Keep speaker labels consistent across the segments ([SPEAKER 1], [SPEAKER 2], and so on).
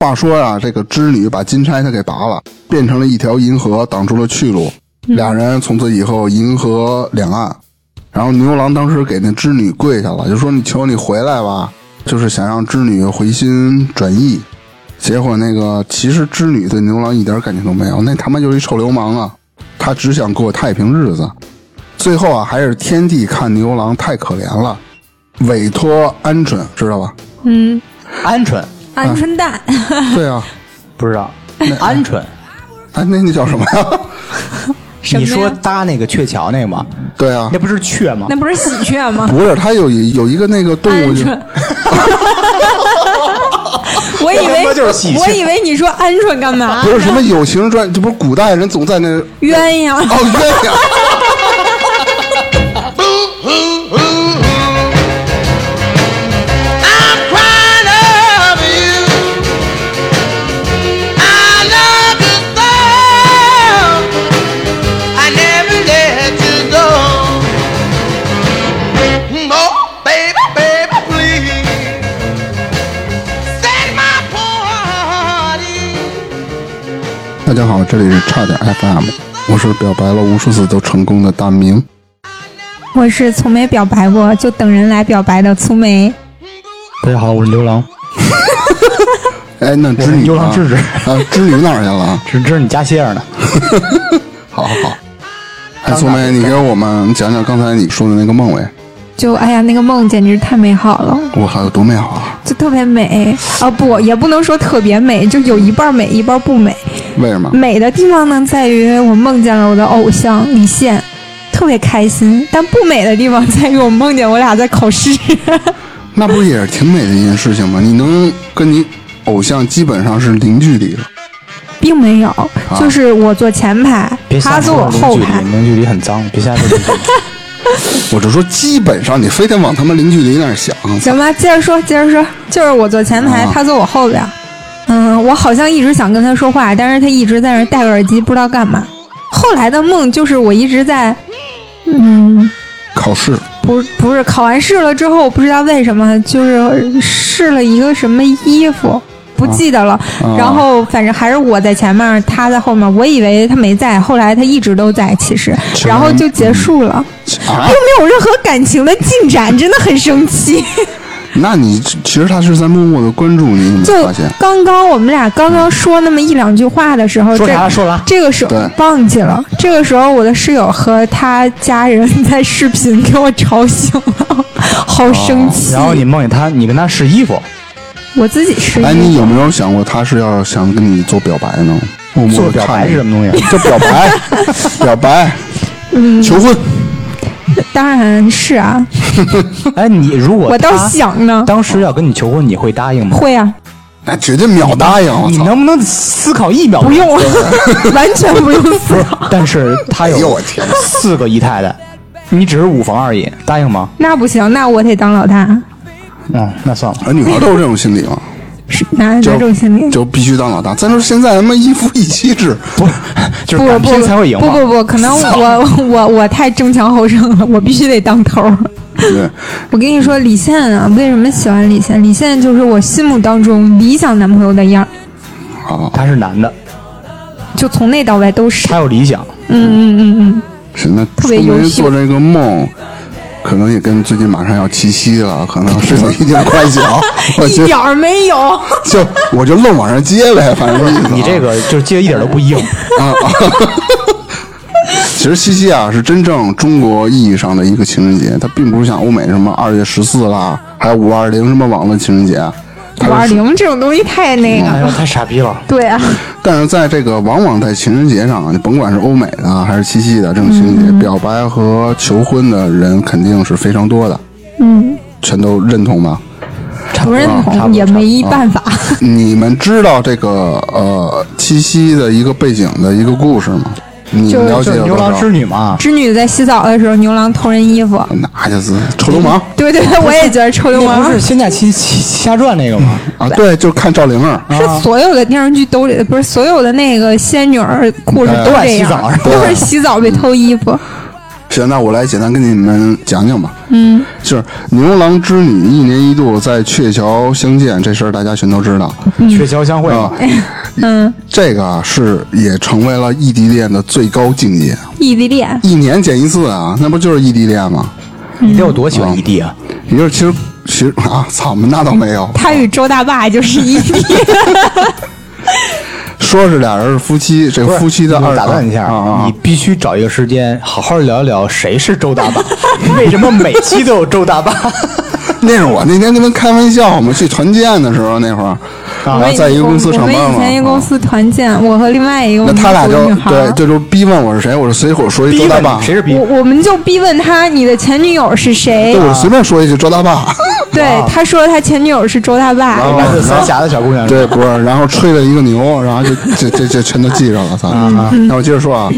[SPEAKER 1] 话说呀、这个织女把金钗她给拔了，变成了一条银河，挡住了去路。俩人从此以后银河两岸。然后牛郎当时给那织女跪下了，就说：“你求你回来吧，就是想让织女回心转意。”结果那个其实织女对牛郎一点感情都没有，那他妈就是一臭流氓啊！他只想过太平日子。最后啊，还是天帝看牛郎太可怜了，委托鹌鹑，知道吧？
[SPEAKER 2] 嗯，
[SPEAKER 3] 鹌鹑
[SPEAKER 2] 鹌鹑啊蛋，
[SPEAKER 1] 对啊，
[SPEAKER 3] 不知道，鹌鹑，
[SPEAKER 1] 哎，那那叫什么呀？
[SPEAKER 2] 什么
[SPEAKER 3] 你
[SPEAKER 2] 呀
[SPEAKER 3] 说搭那个鹊桥那个吗？
[SPEAKER 1] 对啊
[SPEAKER 3] 那，不是雀吗
[SPEAKER 2] 那？不是喜鹊吗？
[SPEAKER 1] 不是，它有一有一个那个动物就，
[SPEAKER 2] 鹌鹑。 我以
[SPEAKER 3] 他妈
[SPEAKER 2] 为
[SPEAKER 3] 就是喜
[SPEAKER 2] 我
[SPEAKER 3] 鹊
[SPEAKER 2] 以为你说鹌鹑干嘛
[SPEAKER 1] 不？是什么有形专，这不是古代人总在那哦
[SPEAKER 2] 鸳鸯。
[SPEAKER 1] 鸳鸯。
[SPEAKER 4] Ooh, ooh, ooh. I'm crying over you. I love you so. I never let you go. Oh, baby, baby, please set my party.
[SPEAKER 1] 大家好，这里是差点 FM，我是表白了无数次都成功的大明。
[SPEAKER 2] 我是从没表白过，就等人来表白的粗眉。
[SPEAKER 3] 大家好，我是牛郎，
[SPEAKER 1] 哎，那织女
[SPEAKER 3] 牛郎
[SPEAKER 1] 呢
[SPEAKER 3] 织织
[SPEAKER 1] 啊，织女哪儿去了啊？
[SPEAKER 3] 只知你家歇着呢。
[SPEAKER 1] 好好好。哎，苏梅，你给我们讲讲刚才你说的那个梦呗，
[SPEAKER 2] 就哎呀，那个梦简直太美好了，
[SPEAKER 1] 我靠，有多美好啊！
[SPEAKER 2] 就特别美啊！不，也不能说特别美，就有一半美，一半不美。
[SPEAKER 1] 为什么？
[SPEAKER 2] 美的地方呢，在于我梦见了我的偶像李现，特别开心；但不美的地方在于我梦见我俩在考试。
[SPEAKER 1] 那不也是挺美的一件事情吗？你能跟你偶像基本上是零距离了。
[SPEAKER 2] 并没有，就是我坐前排，
[SPEAKER 3] 啊别瞎
[SPEAKER 2] 他坐我
[SPEAKER 3] 说
[SPEAKER 2] 后
[SPEAKER 3] 零距
[SPEAKER 2] 排
[SPEAKER 3] 离，。零距离很脏，别瞎说零 距离。
[SPEAKER 1] 我就说基本上，你非得往他们零距离那儿想。
[SPEAKER 2] 行吧，接着说，接着说，就是我坐前排，
[SPEAKER 1] 啊
[SPEAKER 2] 他坐我后边儿。嗯，我好像一直想跟他说话，但是他一直在那儿戴个耳机，不知道干嘛。后来的梦就是我一直在，嗯，
[SPEAKER 1] 考试，
[SPEAKER 2] 不不是考完试了之后，不知道为什么就是试了一个什么衣服，不记得了。
[SPEAKER 1] 啊
[SPEAKER 2] 然后反正还是我在前面，他在后面。我以为他没在，后来他一直都在，其实，然后就
[SPEAKER 3] 嗯
[SPEAKER 2] 结束了，
[SPEAKER 1] 啊，
[SPEAKER 2] 并没有任何感情的进展，真的很生气。
[SPEAKER 1] 那你其实他是在默默的关注你，你有没有
[SPEAKER 2] 就
[SPEAKER 1] 发现？
[SPEAKER 2] 刚刚我们俩刚刚说那么一两句话的时候，
[SPEAKER 3] 说啥
[SPEAKER 2] 这
[SPEAKER 3] 了说啥？
[SPEAKER 2] 这个时候
[SPEAKER 1] 对
[SPEAKER 2] 忘记了。这个时候我的室友和他家人在视频给我吵醒了，好生
[SPEAKER 3] 哦
[SPEAKER 2] 气。
[SPEAKER 3] 然后你梦见他，你跟他试衣服，
[SPEAKER 2] 我自己是
[SPEAKER 1] 哎，你有没有想过他是要想跟你做表白呢？默默
[SPEAKER 3] 做
[SPEAKER 1] 地
[SPEAKER 3] 表白
[SPEAKER 1] 看
[SPEAKER 3] 是
[SPEAKER 1] 着
[SPEAKER 3] 什
[SPEAKER 1] 你
[SPEAKER 3] 么东 西？
[SPEAKER 1] 这表白， 表白，
[SPEAKER 2] 嗯
[SPEAKER 1] 求婚，
[SPEAKER 2] 当然是啊，
[SPEAKER 3] 哎，你如果
[SPEAKER 2] 我倒
[SPEAKER 3] 他
[SPEAKER 2] 想呢，
[SPEAKER 3] 当时要跟你求婚，你会答应吗？
[SPEAKER 2] 会啊，
[SPEAKER 1] 那绝对秒答应！我
[SPEAKER 3] 你
[SPEAKER 1] 操！
[SPEAKER 3] 能不能思考一秒？
[SPEAKER 2] 不用， 完全不用思考。
[SPEAKER 3] 但是他
[SPEAKER 1] 哎呦
[SPEAKER 3] 有
[SPEAKER 1] 我天
[SPEAKER 3] 四个姨太太，你只是五房而已，答应吗？
[SPEAKER 2] 那不行，那我得当老大，
[SPEAKER 3] 嗯，那算了。
[SPEAKER 1] 哎，女孩都有这种心理吗？
[SPEAKER 2] 是哪
[SPEAKER 1] 就
[SPEAKER 2] 哪种心理？
[SPEAKER 1] 就必须当老大。咱说现在他妈一夫一妻 制，
[SPEAKER 3] 不 是，就是
[SPEAKER 2] 不
[SPEAKER 3] 敢
[SPEAKER 2] 不
[SPEAKER 3] 拼才会赢
[SPEAKER 2] 不
[SPEAKER 3] 嘛。
[SPEAKER 2] 不不，可能 我我我太争强好胜了，我必须得当头儿。
[SPEAKER 1] 对，
[SPEAKER 2] 我跟你说，李现啊，为什么喜欢李现？李现就是我心目当中理想男朋友的样儿，
[SPEAKER 1] 好，
[SPEAKER 3] 他是男的，
[SPEAKER 2] 就从内到外都是。
[SPEAKER 3] 他有理想，
[SPEAKER 2] 嗯嗯嗯
[SPEAKER 1] 行，那
[SPEAKER 2] 特别
[SPEAKER 1] 说
[SPEAKER 2] 优
[SPEAKER 1] 明做
[SPEAKER 2] 秀
[SPEAKER 1] 这个梦，可能也跟最近马上要七夕了，可能是有一定关系啊。我
[SPEAKER 2] 嗯， 一
[SPEAKER 1] 就
[SPEAKER 2] 点儿没有。
[SPEAKER 1] 就我就愣往上接呗，反正这意思啊。
[SPEAKER 3] 你这个就是接一点都不硬。
[SPEAKER 1] 其实七夕啊是真正中国意义上的一个情人节，它并不是像欧美什么二月十四啦，还有五二零什么网络情人节，啊它
[SPEAKER 2] 五
[SPEAKER 1] 是
[SPEAKER 2] 二零这种东西太那个
[SPEAKER 3] 哎
[SPEAKER 2] 了。
[SPEAKER 3] 呦，太傻逼了！
[SPEAKER 2] 对啊，
[SPEAKER 1] 但是在这个往往在情人节上啊，你甭管是欧美的啊还是七夕的这种情人节，
[SPEAKER 3] 嗯
[SPEAKER 1] 表白和求婚的人肯定是非常多的。
[SPEAKER 2] 嗯，
[SPEAKER 1] 全都认同吧？
[SPEAKER 2] 不认
[SPEAKER 3] 差不多
[SPEAKER 2] 同也没办法。
[SPEAKER 1] 你们知道这个呃七夕的一个背景的一个故事吗？你
[SPEAKER 2] 就
[SPEAKER 1] 们了
[SPEAKER 3] 就
[SPEAKER 1] 解
[SPEAKER 3] 是
[SPEAKER 1] 有
[SPEAKER 3] 牛
[SPEAKER 1] 多
[SPEAKER 3] 郎
[SPEAKER 1] 少？
[SPEAKER 3] 织女嘛，
[SPEAKER 2] 织女在洗澡的时候，牛郎偷人衣服。
[SPEAKER 1] 那就是臭流氓
[SPEAKER 2] 对对，对我也觉得臭流
[SPEAKER 3] 那
[SPEAKER 2] 氓
[SPEAKER 3] 嗯
[SPEAKER 2] 啊
[SPEAKER 3] 不是《仙剑奇奇奇侠传》那个吗？
[SPEAKER 1] 啊！对，就是看赵灵儿，
[SPEAKER 2] 是所有的电视剧都不是所有的那个仙女儿故事都
[SPEAKER 3] 嗯都爱
[SPEAKER 2] 这
[SPEAKER 3] 洗
[SPEAKER 2] 样
[SPEAKER 3] 澡，
[SPEAKER 2] 都是洗澡被偷衣服。
[SPEAKER 1] 行，那我来简单跟你们讲讲吧。
[SPEAKER 2] 嗯，
[SPEAKER 1] 就是牛郎织女一年一度在鹊桥相见这事儿，大家全都知道。
[SPEAKER 3] 鹊桥相会嘛
[SPEAKER 1] 啊，
[SPEAKER 3] 嗯
[SPEAKER 2] 嗯
[SPEAKER 1] 这个啊是也成为了异地恋的最高境界，
[SPEAKER 2] 异地恋，
[SPEAKER 1] 一年见一次啊，那不就是异地恋吗？
[SPEAKER 3] 你得有多喜欢异地啊？
[SPEAKER 1] 也就是其实其实啊，操，那倒没有，
[SPEAKER 2] 他与周大爸就是异地。
[SPEAKER 1] 说是俩人是夫妻，这
[SPEAKER 3] 不
[SPEAKER 1] 个
[SPEAKER 3] 是
[SPEAKER 1] 夫妻的
[SPEAKER 3] 我
[SPEAKER 1] 二
[SPEAKER 3] 打断一下，
[SPEAKER 1] 啊啊
[SPEAKER 3] 你必须找一个时间好好聊一聊谁是周大爸， 为什么每期都有周大 爸？
[SPEAKER 1] 那是我那天跟他开玩笑，我们去团建的时候那会
[SPEAKER 3] 啊
[SPEAKER 1] 儿，然后啊在一个公司上班
[SPEAKER 2] 我们以前一个
[SPEAKER 1] 嘛。
[SPEAKER 2] 公
[SPEAKER 1] 啊
[SPEAKER 2] 司团建，我和另外一个
[SPEAKER 1] 那他俩
[SPEAKER 2] 我们组
[SPEAKER 1] 就
[SPEAKER 2] 的女孩
[SPEAKER 1] 对，
[SPEAKER 2] 儿。
[SPEAKER 1] 这就逼问我是谁，我就随口说一
[SPEAKER 3] 逼
[SPEAKER 1] 周大
[SPEAKER 3] 问
[SPEAKER 1] 爸
[SPEAKER 3] 你，谁是逼？
[SPEAKER 2] 我我们就逼问他，你的前女友是谁
[SPEAKER 1] 对，？我随便说一句周大爸，啊
[SPEAKER 2] 对，他说他前女友是周大爸。
[SPEAKER 1] 然后
[SPEAKER 3] 那是三峡的小姑娘，
[SPEAKER 1] 对，不是，然后吹了一个牛，然后就这这这全都记上了，操！那我接着说啊，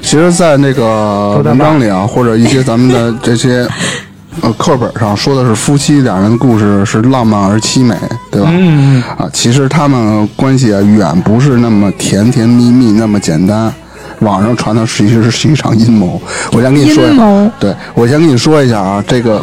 [SPEAKER 1] 其实，在那个文章里啊，或者一些咱们的这些呃课本上说的是夫妻两人的故事是浪漫而凄美，对吧？嗯啊，其实他们关系啊，远不是那么甜甜蜜蜜那么简单。网上传的其实是一场阴谋，我先跟你说一
[SPEAKER 2] 阴谋
[SPEAKER 1] 下，对我先跟你说一下啊，这个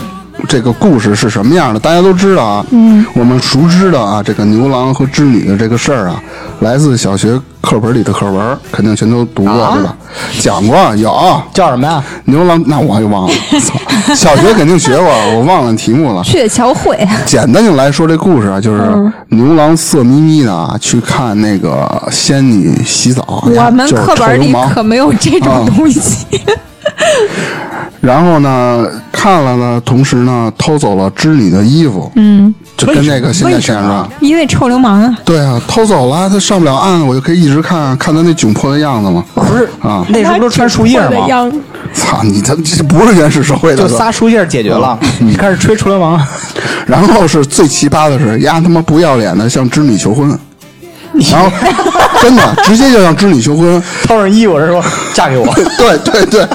[SPEAKER 1] 这个故事是什么样的，大家都知道啊。嗯，我们熟知的啊，这个牛郎和织女的这个事儿啊，来自小学课本里的课文，肯定全都读过、对吧？讲过有
[SPEAKER 3] 叫什么呀？
[SPEAKER 1] 牛郎，那我也 忘了，操小学肯定学过，我忘了题目了。
[SPEAKER 2] 鹊桥会，
[SPEAKER 1] 简单的来说，这故事啊，就是
[SPEAKER 2] 嗯
[SPEAKER 1] 牛郎色眯眯的啊，去看那个仙女洗澡，啊
[SPEAKER 2] 我们
[SPEAKER 1] 就是
[SPEAKER 2] 课本
[SPEAKER 1] 臭
[SPEAKER 2] 里
[SPEAKER 1] 流氓啊
[SPEAKER 2] 可没有这种东西。
[SPEAKER 1] 然后呢，看了呢，同时呢，偷走了织女的衣服，嗯，就跟那个现在先生，
[SPEAKER 2] 因为臭流氓啊，
[SPEAKER 1] 对啊，偷走了，他上不了岸，我就可以一直看看他那窘迫的样子嘛。
[SPEAKER 3] 不是嗯
[SPEAKER 1] 啊
[SPEAKER 3] 那时候不是穿树叶吗？
[SPEAKER 2] 吗？
[SPEAKER 1] 操你他这不是原始社会的
[SPEAKER 3] 就
[SPEAKER 1] 哥，
[SPEAKER 3] 仨树叶解决了，你开始吹除了王，
[SPEAKER 1] 然后是最奇葩的是，丫他妈不要脸的向织女求婚，然 后真的直接就向织女求婚，
[SPEAKER 3] 掏上衣服是说嫁给我，
[SPEAKER 1] 对对对。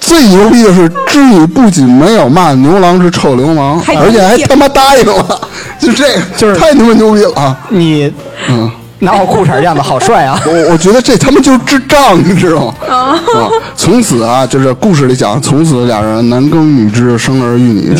[SPEAKER 1] 最牛逼的是，织女不仅没有骂牛郎是臭流氓，
[SPEAKER 2] 还
[SPEAKER 1] 而且还
[SPEAKER 2] 同意
[SPEAKER 1] 他妈答应了，就这个，
[SPEAKER 3] 就是
[SPEAKER 1] 太他妈牛逼了啊！
[SPEAKER 3] 你
[SPEAKER 1] 嗯，
[SPEAKER 3] 拿我裤衩儿样子好帅啊！
[SPEAKER 1] 我我觉得这他妈就是智障，你知道吗？
[SPEAKER 2] 哦
[SPEAKER 1] 啊！从此啊，就是故事里讲，从此俩人男耕女织，生儿育 女，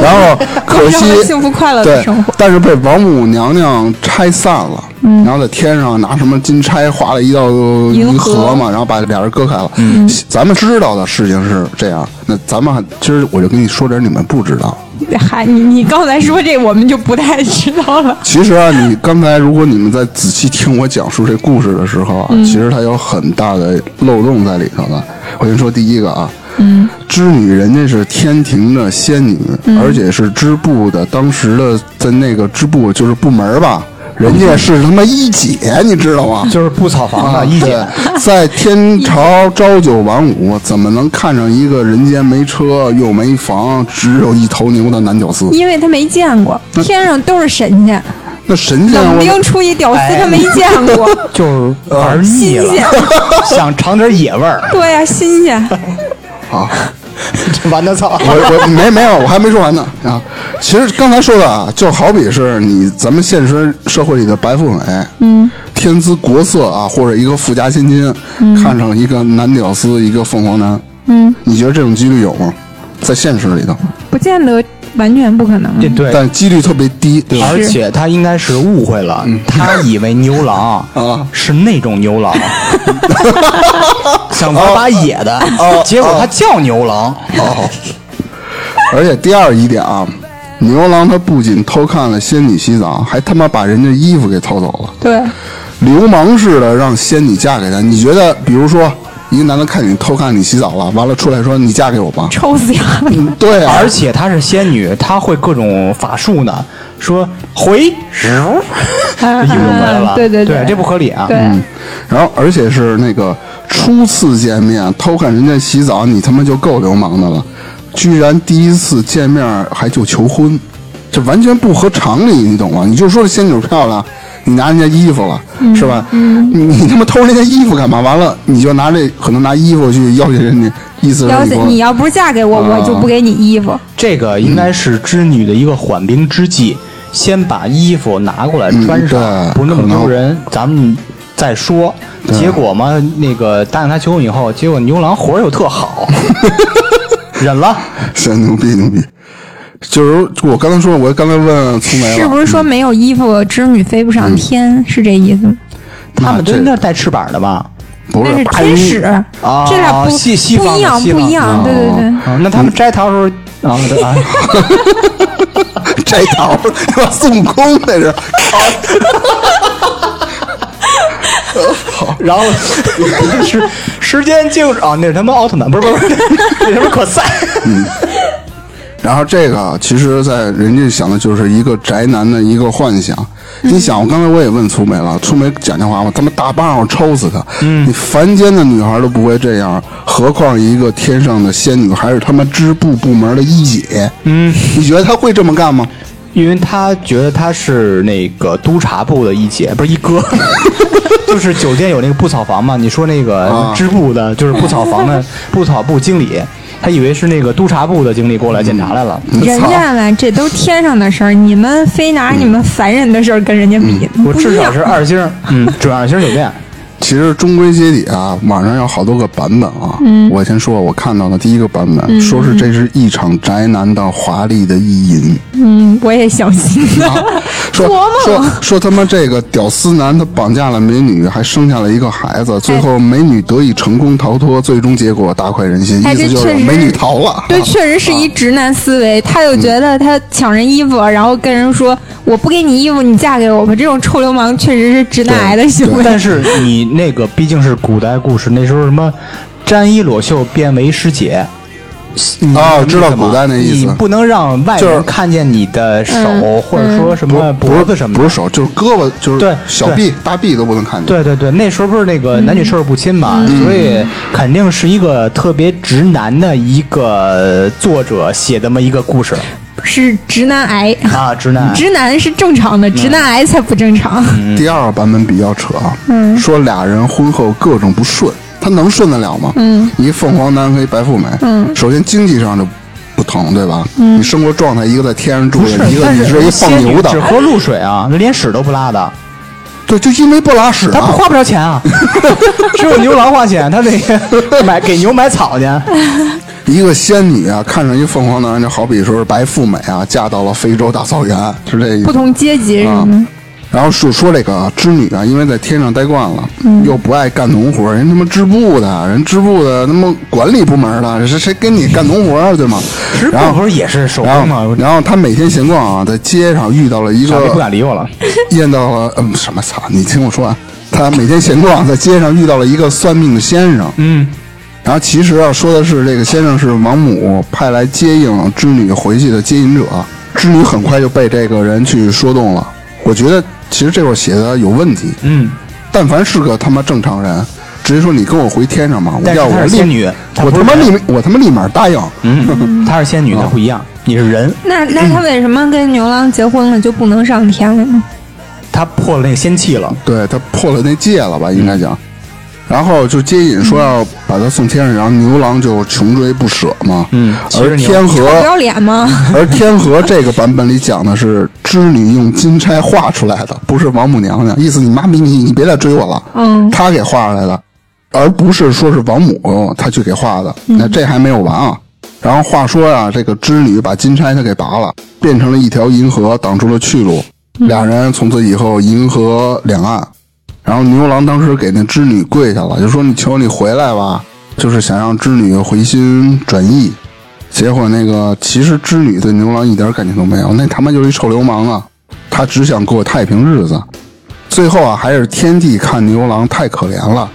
[SPEAKER 1] 然后可
[SPEAKER 2] 过上
[SPEAKER 1] 惜
[SPEAKER 2] 了幸福快乐的
[SPEAKER 1] 对
[SPEAKER 2] 生活，嗯
[SPEAKER 1] 但是被王母娘娘拆散了。然后在天上拿什么金钗划了一道
[SPEAKER 2] 银
[SPEAKER 1] 银
[SPEAKER 2] 河
[SPEAKER 1] 河嘛，然后把俩人割开了。嗯，咱们知道的事情是这样，那咱们还其实我就跟你说点你们不知道。
[SPEAKER 2] 嗨，你你刚才说这我们就不太知道了。
[SPEAKER 1] 其实啊，你刚才如果你们在仔细听我讲述这故事的时候啊，其实它有很大的漏洞在里头的。我先说第一个啊，嗯，织女人家是天庭的仙女，而且是织布的，当时的在那个织布就是部门吧，人家是他妈一姐，你知道 吗？
[SPEAKER 3] 就是不草房
[SPEAKER 1] 啊，
[SPEAKER 3] 的一姐，
[SPEAKER 1] 对，在天朝朝九晚五，怎么能看上一个人间没车又没房，只有一头牛的男屌丝？
[SPEAKER 2] 因为他没见过，天上都是神仙，
[SPEAKER 1] 那神仙
[SPEAKER 2] 冷
[SPEAKER 1] 我
[SPEAKER 2] 冰出一屌丝，
[SPEAKER 3] 哎
[SPEAKER 2] 他没见过，
[SPEAKER 3] 就是玩腻
[SPEAKER 2] 新
[SPEAKER 3] 了，
[SPEAKER 2] 鲜，
[SPEAKER 3] 想尝点野味儿，
[SPEAKER 2] 对呀，新鲜。
[SPEAKER 1] 啊。
[SPEAKER 3] 完的操！
[SPEAKER 1] 我我没没有，我还没说完呢啊！其实刚才说的啊，就好比是你咱们现实社会里的白富美，嗯，天姿国色啊，或者一个富家千金，看上一个男屌丝，一个凤凰男，嗯，你觉得这种几率有吗？在现实里头，
[SPEAKER 2] 不见得完全不可能。啊
[SPEAKER 3] 这对，
[SPEAKER 1] 但几率特别低，对吧？
[SPEAKER 3] 而且他应该是误会了，他以为牛 郎
[SPEAKER 1] 啊
[SPEAKER 3] 是那种牛 郎，想玩把野的，结果他叫牛郎，
[SPEAKER 1] 而且第二一点啊，牛郎他不仅偷看了仙女洗澡，还他妈把人家衣服给偷走了。
[SPEAKER 2] 对，
[SPEAKER 1] 流氓似的让仙女嫁给他。你觉得，比如说，一个男的看你偷看你洗澡了，完了出来说你嫁给我吧？
[SPEAKER 2] 臭死丫头！
[SPEAKER 1] 嗯，对啊，
[SPEAKER 3] 而且她是仙女，她会各种法术呢，说 回，揉
[SPEAKER 2] 啊
[SPEAKER 3] 就用回来了，
[SPEAKER 2] 对对
[SPEAKER 3] 对
[SPEAKER 2] 对，
[SPEAKER 3] 这不合理啊，
[SPEAKER 2] 对
[SPEAKER 1] 然后而且是那个初次见面偷看人家洗澡，你他妈就够流氓的了，居然第一次见面还就求婚，这完全不合常理，你懂吗？你就说这仙女漂亮。你拿人家衣服了，
[SPEAKER 2] 嗯
[SPEAKER 1] 是吧？你你他妈偷人家衣服干嘛？完了，你就拿这可能拿衣服去要挟人家，意思是
[SPEAKER 2] 要
[SPEAKER 1] 你
[SPEAKER 2] 是
[SPEAKER 1] 给我
[SPEAKER 2] 你要不是嫁给我，
[SPEAKER 1] 啊
[SPEAKER 2] 我就不给你衣服。
[SPEAKER 3] 这个应该是织女的一个缓兵之计，先把衣服拿过来穿上，
[SPEAKER 1] 嗯对
[SPEAKER 3] 不那么丢人。咱们再说。结果嘛，那个答应他求婚以后，结果牛郎活儿又 特好，忍了。
[SPEAKER 1] 行，牛逼牛逼。就是我刚才说，我刚才问苏梅了，
[SPEAKER 2] 是不是
[SPEAKER 3] 嗯
[SPEAKER 2] 说没有衣服，织女飞不上天，是这意思吗？
[SPEAKER 3] 他们
[SPEAKER 1] 嗯这
[SPEAKER 3] 真的带翅膀的吧？
[SPEAKER 1] 不
[SPEAKER 2] 那
[SPEAKER 1] 是
[SPEAKER 2] 是
[SPEAKER 1] 啪
[SPEAKER 2] 天使，
[SPEAKER 3] 啊
[SPEAKER 2] 这俩不
[SPEAKER 3] 西西
[SPEAKER 2] 不
[SPEAKER 3] 方的
[SPEAKER 2] 一样，
[SPEAKER 3] 西
[SPEAKER 2] 不
[SPEAKER 3] 方
[SPEAKER 2] 一样，
[SPEAKER 3] 的
[SPEAKER 2] 对对对。
[SPEAKER 3] 啊，那他们摘桃的时 候啊，对啊
[SPEAKER 1] 摘桃儿， 他妈孙悟空那是。
[SPEAKER 3] 然后 时时间静止啊，那是他妈奥特曼，不是不是，不是，那他妈可赛。
[SPEAKER 1] 然后这个啊其实，在人家想的就是一个宅男的一个幻想。你想，我刚才我也问粗梅了，粗梅讲电话我他妈大巴掌我抽死他。你凡间的女孩都不会这样，何况一个天上的仙女，还是他妈织布部门的一姐。嗯，你觉得她会这么干吗？
[SPEAKER 3] 因为他觉得他是那个督察部的一姐，不是 一哥，就是酒店有那个布草房嘛。你说那个
[SPEAKER 1] 啊
[SPEAKER 3] 支部的，就是布草房 的布草部经理，他以为是那个督察部的经理过来检查来了。
[SPEAKER 1] 嗯
[SPEAKER 2] 人家吧，这都天上的事儿，你们非拿你们凡人的事儿跟人家比，
[SPEAKER 3] 嗯我
[SPEAKER 2] 不一
[SPEAKER 3] 至少
[SPEAKER 2] 样。
[SPEAKER 3] 是二星，嗯，准二星酒 店。
[SPEAKER 1] 其实终归结底啊，网上有好多个版本啊。嗯，我先说，我看到的第一个版本、
[SPEAKER 2] 嗯
[SPEAKER 1] 说是这是一场宅男的华丽的意淫。
[SPEAKER 2] 嗯，我也相信。
[SPEAKER 1] 说
[SPEAKER 2] 琢磨
[SPEAKER 1] 说说他妈这个屌丝男，他绑架了美女，还生下了一个孩子，最
[SPEAKER 2] 哎
[SPEAKER 1] 后美女得以成功逃脱，最终结果大快人心。
[SPEAKER 2] 哎
[SPEAKER 1] 意思
[SPEAKER 2] 这
[SPEAKER 1] 就
[SPEAKER 2] 确
[SPEAKER 1] 是
[SPEAKER 2] 实
[SPEAKER 1] 美女逃了。
[SPEAKER 2] 对，确实
[SPEAKER 3] 啊
[SPEAKER 2] 是一直男思维，他就觉得他抢人衣服，然后跟人说我不给你衣服，你嫁给我吧。这种臭流氓确实是直男癌的行为。
[SPEAKER 3] 但是你那个毕竟是古代故事，那时候什么沾衣裸袖变为师姐。
[SPEAKER 1] 啊，
[SPEAKER 3] 你
[SPEAKER 1] 知道古代那意
[SPEAKER 3] 你
[SPEAKER 1] 思，
[SPEAKER 3] 不能让外
[SPEAKER 1] 就是
[SPEAKER 3] 人看见你的手，
[SPEAKER 2] 嗯
[SPEAKER 3] 或者说什么
[SPEAKER 1] 不
[SPEAKER 3] 脖
[SPEAKER 1] 是
[SPEAKER 3] 子什么的。
[SPEAKER 1] 不是手，就是胳膊，就是
[SPEAKER 3] 对
[SPEAKER 1] 小臂、大臂都不能看见。
[SPEAKER 3] 对对对，那时候不是那个男女授受不亲嘛，所以肯定是一个特别直男的一个作者写这么一个故 事
[SPEAKER 2] 是直男癌，
[SPEAKER 3] 啊，嗯直男。
[SPEAKER 2] 直男是正常的，直男癌才不正常。
[SPEAKER 3] 嗯
[SPEAKER 1] 第二个版本比较扯啊，说俩人婚后各种不顺，他能顺得了吗？嗯，一凤凰男和一白富美，嗯，首先经济上就不同，对吧？嗯，你生活状态一个在天上住
[SPEAKER 3] 是
[SPEAKER 1] 着，一个
[SPEAKER 3] 但
[SPEAKER 1] 你
[SPEAKER 3] 是
[SPEAKER 1] 是一放
[SPEAKER 3] 仙女
[SPEAKER 1] 牛的
[SPEAKER 3] 只，喝露水啊，连屎都不拉的，
[SPEAKER 1] 对，就因为不拉屎
[SPEAKER 3] 他
[SPEAKER 1] 啊
[SPEAKER 3] 不，花不着钱 啊，只有牛郎花钱，他那个买给牛买草去。
[SPEAKER 1] 一个仙女啊，看上一凤凰男，就好比说是白富美啊，嫁到了非洲大草原，是这意
[SPEAKER 2] 不
[SPEAKER 1] 思。
[SPEAKER 2] 同阶级什
[SPEAKER 3] 嗯
[SPEAKER 2] 么的，
[SPEAKER 1] 然后说说这个啊织女啊，因为在天上待惯了，又不爱干农活，人他妈织布的，人织布的他妈管理部门的，谁谁跟你干农活啊，对吗？
[SPEAKER 3] 直
[SPEAKER 1] 然
[SPEAKER 3] 播
[SPEAKER 1] 后
[SPEAKER 3] 不是也是手
[SPEAKER 1] 然
[SPEAKER 3] 工
[SPEAKER 1] 后
[SPEAKER 3] 吗？，
[SPEAKER 1] 然后他每天闲逛啊，在街上遇到了一
[SPEAKER 3] 傻逼不
[SPEAKER 1] 个
[SPEAKER 3] 敢理我了。
[SPEAKER 1] 验到了，嗯，什么操？你听我说啊，他每天闲逛，在街上遇到了一个算命的先生，
[SPEAKER 3] 嗯，
[SPEAKER 1] 然后其实啊，说的是这个先生是王母派来接应织女回去的接引者，织女很快就被这个人去说动了。我觉得其实这会儿写的有问题，
[SPEAKER 3] 嗯，
[SPEAKER 1] 但凡是个他妈正常人，直接说你跟我回天上吧，我
[SPEAKER 3] 但是
[SPEAKER 1] 要
[SPEAKER 3] 她
[SPEAKER 1] 我
[SPEAKER 3] 是
[SPEAKER 1] 立
[SPEAKER 3] 仙女，
[SPEAKER 1] 我他
[SPEAKER 3] 不
[SPEAKER 1] 妈
[SPEAKER 3] 是人
[SPEAKER 1] 立，我他妈立马答应。
[SPEAKER 3] 嗯，她是仙女，她不一样，你是人，
[SPEAKER 2] 那那他为什么跟牛郎结婚了就不能上天了呢？
[SPEAKER 3] 她破了那个仙气了。
[SPEAKER 1] 对他破了那戒了
[SPEAKER 3] 嗯
[SPEAKER 1] 吧，应该讲。然后就接引说要把他送天上，然后牛郎就穷追不舍嘛。
[SPEAKER 3] 嗯骑着
[SPEAKER 1] 而
[SPEAKER 3] 牛
[SPEAKER 1] 天河
[SPEAKER 2] 不要脸吗？
[SPEAKER 1] 而天河这个版本里讲的是织女用金钗画出来的，不是王母娘娘，意思你妈逼你，你别再追我了。
[SPEAKER 2] 嗯
[SPEAKER 1] 她给画出来的，而不是说是王母她去给画的。那这还没有完啊。然后话说啊，这个织女把金钗她给拔了，变成了一条银河，挡住了去路。俩人从此以后银河两岸。然后牛郎当时给那织女跪下了，就说：“你求你回来吧，就是想让织女回心转意。”结果那个其实织女对牛郎一点感情都没有，那他妈就是一臭流氓啊！他只想过太平日子。最后啊，还是天帝看牛郎太可怜了，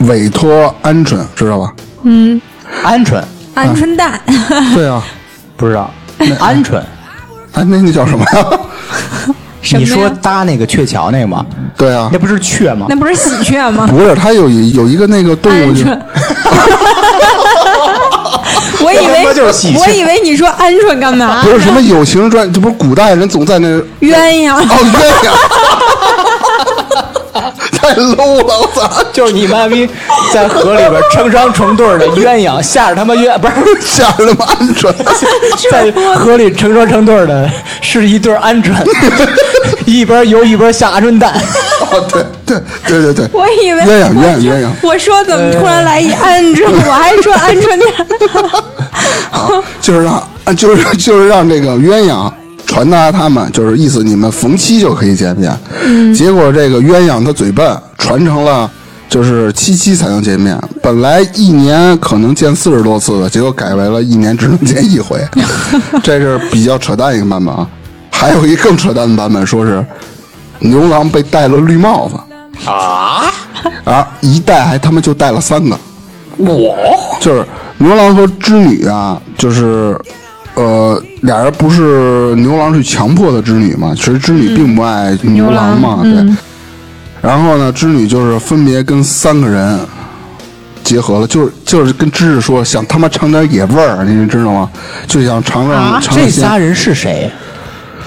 [SPEAKER 1] 委托鹌鹑，知道吧？
[SPEAKER 2] 嗯，
[SPEAKER 3] 鹌鹑
[SPEAKER 2] 鹌鹑蛋，
[SPEAKER 1] 对啊，
[SPEAKER 3] 不知道，鹌鹑。
[SPEAKER 1] 哎，那那叫什么呀？
[SPEAKER 2] 什 么
[SPEAKER 3] 你
[SPEAKER 2] 呀
[SPEAKER 3] 说搭那个鹊桥那个吗？
[SPEAKER 1] 对啊
[SPEAKER 3] 那，不是雀吗
[SPEAKER 2] 那？不是喜鹊 吗？
[SPEAKER 1] 不是，他有一有一个那个动
[SPEAKER 3] 哎
[SPEAKER 1] 物就
[SPEAKER 2] 鹌鹑。 我以
[SPEAKER 3] 他妈就是喜
[SPEAKER 2] 为
[SPEAKER 3] 鹊
[SPEAKER 2] 我以为你说鹌鹑干嘛
[SPEAKER 1] 不？是什么有情传，这不是古代人总在那
[SPEAKER 2] 鸳鸯
[SPEAKER 1] 哦，鸳鸯。太 low 了，我操！
[SPEAKER 3] 就是你妈逼在河里边成双成对的鸳鸯，下着他妈鸳不是
[SPEAKER 1] 吓得他妈鹌鹑，
[SPEAKER 3] 在河里成双成对的是一对鹌鹑， 一边游一边下鹌鹑蛋。
[SPEAKER 1] 哦，对对对对对，
[SPEAKER 2] 我以为
[SPEAKER 1] 鸳鸯
[SPEAKER 2] 我
[SPEAKER 1] 鸳鸯
[SPEAKER 2] 说
[SPEAKER 1] 鸳鸯
[SPEAKER 2] 我说怎么突然来一鹌鹑，我还说鹌 鹑蛋，
[SPEAKER 1] 就是让啊就是 就是让这个鸳鸯传达他们，就是意思你们逢七就可以见面。结果这个鸳鸯他嘴笨，传成了就是七七才能见面。本来一年可能见四十多次的，结果改为了一年只能见一回，这是比较扯淡一个版本啊。还有一更扯淡的版本，说是牛郎被戴了绿帽子。啊啊！一戴还他妈就戴了三个，就是呃牛郎和织女啊，就是呃，俩人不是牛郎去强迫的织女嘛，其实织女并不爱牛郎嘛，
[SPEAKER 3] 嗯
[SPEAKER 1] 对。然后呢，织女就是分别跟三个人结合了，就是就是跟芝芝说想他妈尝点野味儿，你们知道吗？就想尝尝、尝尝
[SPEAKER 3] 啊嗯
[SPEAKER 1] 鲜
[SPEAKER 3] 这仨人是谁？啊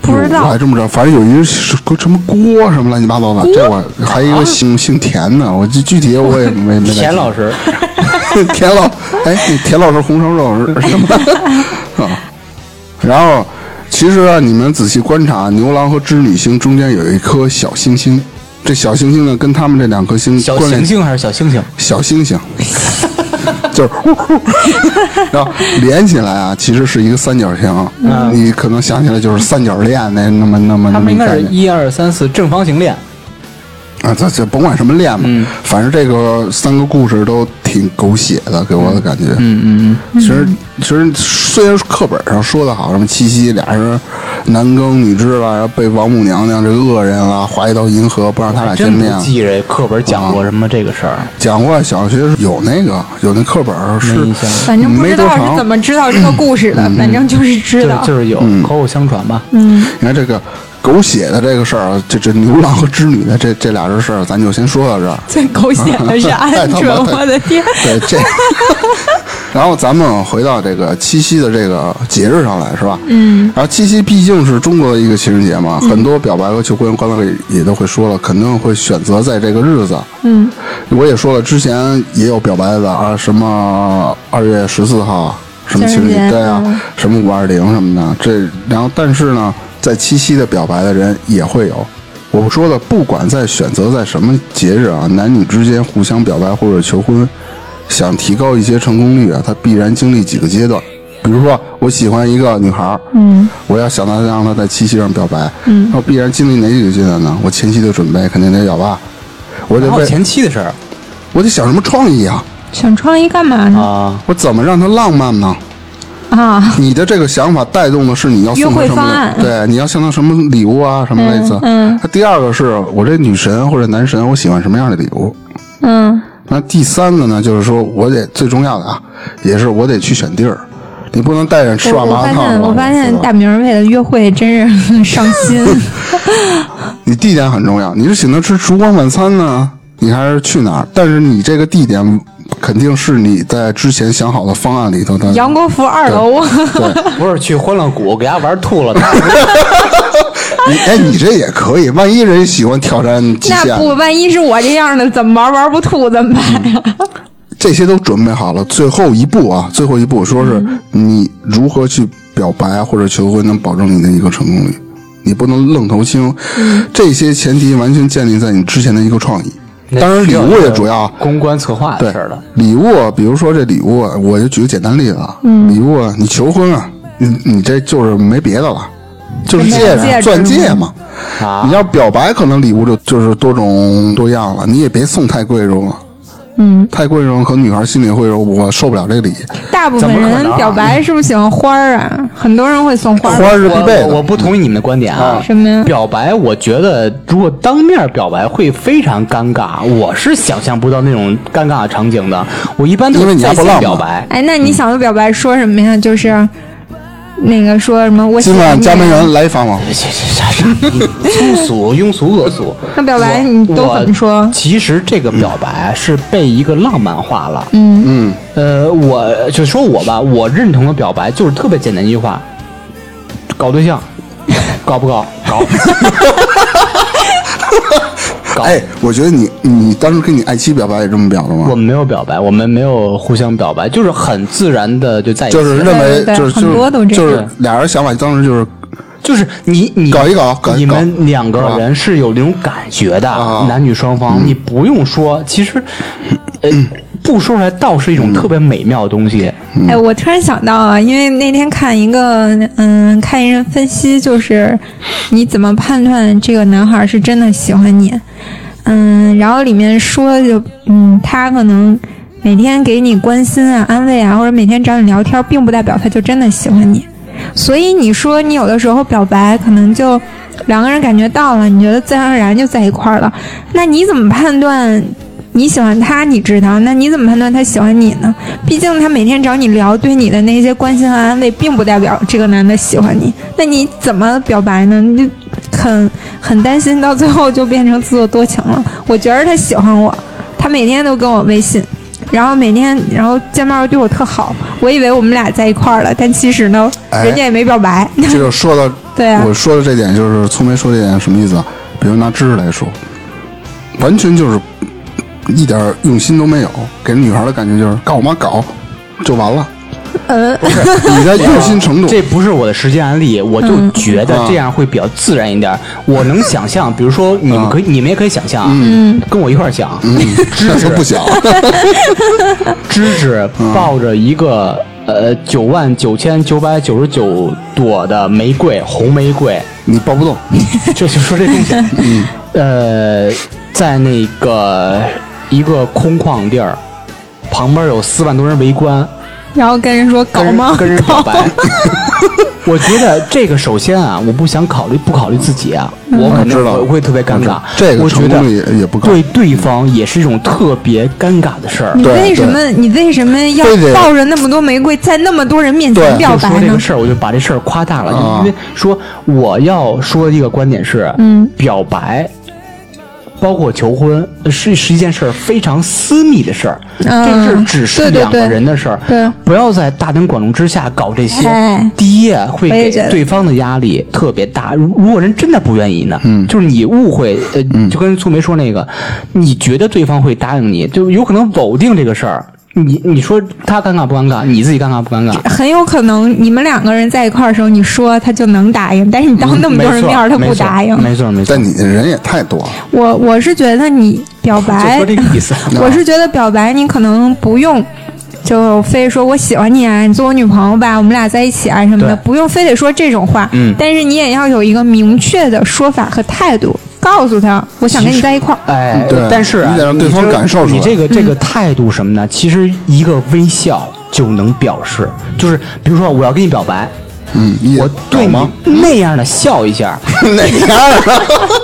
[SPEAKER 2] 不知
[SPEAKER 1] 我
[SPEAKER 2] 道
[SPEAKER 1] 还这么着，反正有一个是个什么锅什么乱七八糟的，这我还有一
[SPEAKER 2] 啊
[SPEAKER 1] 个姓姓田的，我具具体我也没没太
[SPEAKER 3] 田
[SPEAKER 1] 记
[SPEAKER 3] 老师，
[SPEAKER 1] 田老，哎，那田老师红烧肉是什么 啊？然后，其实啊，你们仔细观察，牛郎和织女星中间有一颗小星星，这小星星呢，跟他们这两颗星
[SPEAKER 3] 小
[SPEAKER 1] 关
[SPEAKER 3] 行
[SPEAKER 1] 联，
[SPEAKER 3] 星还是小星星？
[SPEAKER 1] 小星 星，就是 呼呼，然后连起来啊，其实是一个三角形，你可能想起来就是三角恋那那么那么
[SPEAKER 3] 嗯他
[SPEAKER 1] 那
[SPEAKER 3] 们
[SPEAKER 1] 么
[SPEAKER 3] 应
[SPEAKER 1] 一
[SPEAKER 3] 该
[SPEAKER 1] 概
[SPEAKER 3] 是
[SPEAKER 1] 念。
[SPEAKER 3] 一二三四正方形链。
[SPEAKER 1] 啊，这这甭管什么恋吧，
[SPEAKER 3] 嗯
[SPEAKER 1] 反正这个三个故事都挺狗血的，给我的感觉。嗯嗯嗯。其实其实虽然课本上说的好，什么七夕俩人男耕女织了，然后被王母娘娘这个恶人啊划一道银河，不让他俩见
[SPEAKER 3] 真
[SPEAKER 1] 面
[SPEAKER 3] 不。记着课本讲过什么这个事儿。
[SPEAKER 1] 讲过小学是有那个有那课本儿是
[SPEAKER 3] 没印象了
[SPEAKER 2] 反正不
[SPEAKER 1] 没
[SPEAKER 2] 知
[SPEAKER 1] 多
[SPEAKER 2] 道
[SPEAKER 1] 长
[SPEAKER 2] 是怎。么知道这个故事
[SPEAKER 1] 嗯
[SPEAKER 2] 的，反正就是知
[SPEAKER 3] 就
[SPEAKER 2] 道。
[SPEAKER 3] 就是有口口相传吧，
[SPEAKER 1] 你看这个狗血的这个事儿，啊这这牛郎和织女的这这俩人事儿，咱就先说到 这儿。
[SPEAKER 2] 最狗血的是
[SPEAKER 1] 太
[SPEAKER 2] 鹌
[SPEAKER 1] 哎他妈
[SPEAKER 2] 鹑，
[SPEAKER 1] 太
[SPEAKER 2] 我的 天！
[SPEAKER 1] 对 这，然后咱们回到这个七夕的这个节日上来，是吧？嗯。然后七夕毕竟是中国的一个情人节
[SPEAKER 2] 嗯
[SPEAKER 1] 嘛，很多表白和求婚，刚才也都会说了，肯定会选择在这个日子。嗯。我也说了，之前也有表白的啊，什么二月十四号，啊什么情人
[SPEAKER 2] 情人
[SPEAKER 1] 节
[SPEAKER 2] 节
[SPEAKER 1] 对啊，
[SPEAKER 2] 嗯
[SPEAKER 1] 什么五二零什么的，这然后但是呢，在七夕的表白的人也会有。我说的，不管在选择在什么节日啊，男女之间互相表白或者求婚，想提高一些成功率啊，他必然经历几个阶段。比如说，我喜欢一个女孩，嗯，我要想到让她在七夕上表白，嗯，那我必然经历哪几个阶段呢？我前期的准备肯定得有吧，我得
[SPEAKER 3] 然后
[SPEAKER 1] 为
[SPEAKER 3] 前期的事儿
[SPEAKER 1] 我得想什么创意啊，
[SPEAKER 2] 想创意干嘛呢？
[SPEAKER 3] 啊，
[SPEAKER 1] 我怎么让她浪漫呢？
[SPEAKER 2] 啊，
[SPEAKER 1] 你的这个想法带动的是你要送她
[SPEAKER 2] 约
[SPEAKER 1] 什
[SPEAKER 2] 会方
[SPEAKER 1] 么
[SPEAKER 2] 案
[SPEAKER 1] 礼，对，你要送她什么礼物啊，什么类似。
[SPEAKER 2] 嗯嗯
[SPEAKER 1] 那第二个是我这女神或者男神，我喜欢什么样的礼物？
[SPEAKER 2] 嗯，
[SPEAKER 1] 那第三个呢，就是说我得最重要的啊，也是我得去选地儿，你不能带着吃
[SPEAKER 2] 我
[SPEAKER 1] 碗
[SPEAKER 2] 我
[SPEAKER 1] 麻辣
[SPEAKER 2] 发
[SPEAKER 1] 烫啊
[SPEAKER 2] 现
[SPEAKER 1] 了。
[SPEAKER 2] 我发
[SPEAKER 1] 是
[SPEAKER 2] 现
[SPEAKER 1] 吧
[SPEAKER 2] 大明儿为了约会真是上心。
[SPEAKER 1] 嗯你地点很重要，你是请他吃烛光晚餐呢，你还是去哪儿？但是你这个地点肯定是你在之前想好的方案里头的。
[SPEAKER 2] 杨国福二楼，啊
[SPEAKER 1] 对，
[SPEAKER 3] 不是去欢乐谷给他玩吐了，他
[SPEAKER 1] 你哎，你这也可以，万一人喜欢挑战极限
[SPEAKER 2] 那
[SPEAKER 1] 呢，
[SPEAKER 2] 不万一是我这样的，怎么玩玩不吐怎么办呀？
[SPEAKER 1] 嗯这些都准备好了，最后一步啊，最后一步说是
[SPEAKER 3] 嗯
[SPEAKER 1] 你如何去表白啊或者求婚，能保证你的一个成功率，你不能愣头青。
[SPEAKER 3] 嗯
[SPEAKER 1] 这些前提完全建立在你之前的一个创意，当然礼物也主要啊。
[SPEAKER 3] 公关策划
[SPEAKER 1] 对
[SPEAKER 3] 的事儿了。
[SPEAKER 1] 礼物啊，比如说这礼物啊，我就举个简单例子啊，
[SPEAKER 3] 嗯
[SPEAKER 1] 礼物啊，你求婚啊，你你这就是没别的了，就是戒
[SPEAKER 2] 戒
[SPEAKER 1] 指、
[SPEAKER 2] 指
[SPEAKER 1] 钻戒嘛。
[SPEAKER 3] 啊
[SPEAKER 1] 你要表白，可能礼物就就是多种多样了，你也别送太贵重了。嗯，太贵重，可能女孩心里会说，我受不了这礼。
[SPEAKER 2] 大部分人
[SPEAKER 1] 啊
[SPEAKER 2] 表白是不是喜欢花儿啊？很多人会送花
[SPEAKER 1] 花
[SPEAKER 2] 儿，
[SPEAKER 1] 儿是必备
[SPEAKER 3] 我我
[SPEAKER 1] 的，
[SPEAKER 3] 不同意你们的观点啊。
[SPEAKER 2] 什么呀？
[SPEAKER 3] 表白，我觉得如果当面表白会非常尴尬，我是想象不到那种尴尬的场景的。我一般都
[SPEAKER 1] 因为
[SPEAKER 3] 是
[SPEAKER 1] 你还
[SPEAKER 3] 在
[SPEAKER 1] 不
[SPEAKER 3] 线
[SPEAKER 1] 浪漫
[SPEAKER 3] 表白，
[SPEAKER 2] 哎，那你想要表白说什么呀？就是那个说什么我喜
[SPEAKER 1] 今
[SPEAKER 2] 欢
[SPEAKER 1] 晚
[SPEAKER 2] 你啊
[SPEAKER 1] 家门人来一访我。
[SPEAKER 3] 这这这这粗俗、庸俗、恶俗。
[SPEAKER 2] 那表白
[SPEAKER 3] 我嗯
[SPEAKER 2] 你嗯都怎么说
[SPEAKER 3] 我？其实这个表白是被一个浪漫化了。嗯嗯，呃，我就说我吧，我认同的表白就是特别简单一句话： 搞对象，搞不搞？搞。搞。
[SPEAKER 1] 哎，我觉得你你当时跟你爱妻表白也这么表的
[SPEAKER 3] 我
[SPEAKER 1] 吗？
[SPEAKER 3] 们没有表白，我们没有互相表白，就是很自然的就在一起，
[SPEAKER 1] 就是认为
[SPEAKER 2] 对对对
[SPEAKER 1] 就是
[SPEAKER 2] 很多都
[SPEAKER 1] 就是
[SPEAKER 2] 这
[SPEAKER 1] 就
[SPEAKER 2] 样
[SPEAKER 1] 是俩人想法当时 就是
[SPEAKER 3] 就是你你
[SPEAKER 1] 搞一搞搞一搞
[SPEAKER 3] 你们两个
[SPEAKER 1] 是吧
[SPEAKER 3] 人是有那种感觉的，
[SPEAKER 1] 啊
[SPEAKER 3] 男女双方、你不用说，其实，呃，不说出来倒是一
[SPEAKER 1] 嗯
[SPEAKER 3] 种特别美妙的东西。
[SPEAKER 2] 哎，我突然想到啊，因为那天看一个，嗯，看一人分析，就是你怎么判断这个男孩是真的喜欢你？嗯，然后里面说就，嗯，他可能每天给你关心啊、安慰啊，或者每天找你聊天，并不代表他就真的喜欢你。所以你说你有的时候表白，可能就两个人感觉到了，你觉得自然而然就在一块儿了。那你怎么判断你喜欢他？你知道，那你怎么判断他喜欢你呢？毕竟他每天找你聊，对你的那些关心和安慰，并不代表这个男的喜欢你。那你怎么表白呢？你就很很担心，到最后就变成自作多情了。我觉得他喜欢我，他每天都跟我微信。然后每天，然后见面又对我特好，我以为我们俩在一块儿了，但其实呢，
[SPEAKER 1] 哎
[SPEAKER 2] 人家也没表白。
[SPEAKER 1] 这就说到
[SPEAKER 2] 对啊
[SPEAKER 1] 我说的这点就是聪梅说这点什么意思啊？比如拿知识来说，完全就是一点用心都没有，给女孩的感觉就是干我妈搞就完了。
[SPEAKER 2] 呃，
[SPEAKER 1] 你 的用心程度，
[SPEAKER 3] 这不是我的实际案例，我就觉得这样会比较自然一点。我能想象，比如说你们可以，你们也可以想象，嗯，跟我一块儿想，知
[SPEAKER 1] 嗯那
[SPEAKER 3] 识
[SPEAKER 1] 就不 小。
[SPEAKER 3] 芝芝抱着一个呃九万九千九百九十九朵的玫瑰，红玫 瑰，
[SPEAKER 1] 你抱不动，
[SPEAKER 3] 就就说这东西，呃，在那个一个空旷地儿，旁边有四万多人围观，
[SPEAKER 2] 然后跟人说搞
[SPEAKER 3] 跟人
[SPEAKER 2] 吗？
[SPEAKER 3] 跟人表白。 我觉得这个首先啊，我不想考虑不考虑自己啊，
[SPEAKER 2] 嗯
[SPEAKER 3] 我肯定
[SPEAKER 1] 知道
[SPEAKER 3] 会会特别尴尬。
[SPEAKER 1] 这个
[SPEAKER 3] 我觉
[SPEAKER 1] 成
[SPEAKER 3] 得
[SPEAKER 1] 功率也也不高。
[SPEAKER 3] 对对方也是一种特别尴尬的事儿。
[SPEAKER 2] 你
[SPEAKER 1] 对
[SPEAKER 2] 为什么你为什么要
[SPEAKER 1] 非得
[SPEAKER 2] 抱着那么多玫瑰在那么多人面前
[SPEAKER 1] 对
[SPEAKER 2] 表
[SPEAKER 3] 就说
[SPEAKER 2] 白
[SPEAKER 3] 这
[SPEAKER 2] 呢
[SPEAKER 3] 个？事儿，我就把这事儿夸大了，就
[SPEAKER 1] 啊
[SPEAKER 3] 因为说我要说的一个观点是，
[SPEAKER 2] 嗯，
[SPEAKER 3] 表白。包括求婚呃是是一件事儿，非常私密的事儿，
[SPEAKER 2] 嗯
[SPEAKER 3] 这事儿只是
[SPEAKER 2] 对对
[SPEAKER 3] 两个
[SPEAKER 2] 对
[SPEAKER 3] 人的事儿，
[SPEAKER 2] 对
[SPEAKER 3] 不要在大庭广众之下搞这些
[SPEAKER 2] 哎，
[SPEAKER 3] 第一啊会
[SPEAKER 2] 我也
[SPEAKER 3] 给
[SPEAKER 2] 觉得
[SPEAKER 3] 对方的压力特别大。如如果人真的不愿意呢，嗯，就是你误会，呃，就跟苏梅说那个，你觉得对方会答应你，就有可能否定这个事儿。你你说他尴尬不尴尬？你自己尴尬不尴尬？
[SPEAKER 2] 很有可能你们两个人在一块儿的时候，你说他就能答应，但是你当那么多人面儿，他不答应。
[SPEAKER 3] 嗯没错没错，
[SPEAKER 1] 但你人也太多了，
[SPEAKER 2] 我我是觉得你表
[SPEAKER 3] 就
[SPEAKER 2] 白
[SPEAKER 3] 说，这个意思。
[SPEAKER 2] 我是觉得表白你可能不用。就非说我喜欢你啊，你做我女朋友吧，我们俩在一起啊什么的，
[SPEAKER 3] 对
[SPEAKER 2] 不用非得说这种话。
[SPEAKER 3] 嗯
[SPEAKER 2] 但是你也要有一个明确的说法和态度，告诉他我想跟你在一块儿。
[SPEAKER 3] 哎，
[SPEAKER 1] 对
[SPEAKER 3] 但是啊
[SPEAKER 1] 你得让对方
[SPEAKER 3] 这
[SPEAKER 1] 感受出来
[SPEAKER 3] 你
[SPEAKER 2] 嗯
[SPEAKER 3] 这个这个态度什么呢？其实一个微笑就能表示，就是比如说我要跟你表白，
[SPEAKER 1] 嗯，你也
[SPEAKER 3] 我
[SPEAKER 1] 搞
[SPEAKER 3] 对
[SPEAKER 1] 吗？
[SPEAKER 3] 你那样的笑一 下，
[SPEAKER 1] 哪样啊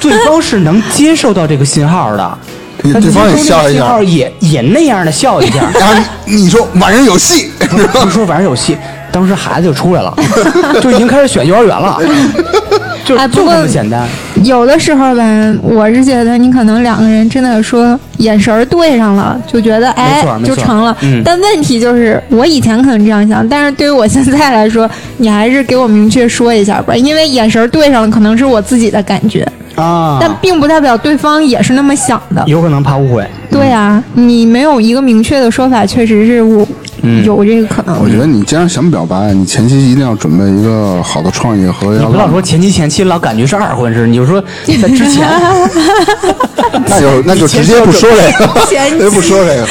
[SPEAKER 3] 对方是能接受到这个信号的。
[SPEAKER 1] 对对方也笑一下
[SPEAKER 3] 信号也也那样的笑一下。
[SPEAKER 1] 啊？然后你说晚上有 戏，
[SPEAKER 3] 不说晚上有戏，当时孩子就出 来了，就已经开始选幼儿园了，就
[SPEAKER 2] 哎
[SPEAKER 3] 就
[SPEAKER 2] 不
[SPEAKER 3] 这
[SPEAKER 2] 过
[SPEAKER 3] 么简单。
[SPEAKER 2] 有的时候吧，我是觉得你可能两个人真的说眼神儿对上了，就觉得哎
[SPEAKER 3] 没错没
[SPEAKER 2] 就
[SPEAKER 3] 错
[SPEAKER 2] 成了。
[SPEAKER 3] 嗯
[SPEAKER 2] 但问题就是，我以前可能这样想，但是对于我现在来说，你还是给我明确说一下吧，因为眼神儿对上了可能是我自己的感觉，
[SPEAKER 3] 啊
[SPEAKER 2] 但并不代表对方也是那么想的。
[SPEAKER 3] 有可能怕误会。
[SPEAKER 2] 对啊，你没有一个明确的说法，确实是我、有这个可能。
[SPEAKER 1] 嗯我觉得你既然想表白，你前期一定要准备一个好的创意和
[SPEAKER 3] 你
[SPEAKER 1] 要
[SPEAKER 3] 不要说前期前期老感觉是二婚似的，你就说在之 前，
[SPEAKER 1] 那就那就直接不说这个，
[SPEAKER 2] 前
[SPEAKER 1] 直接哎不说这 个。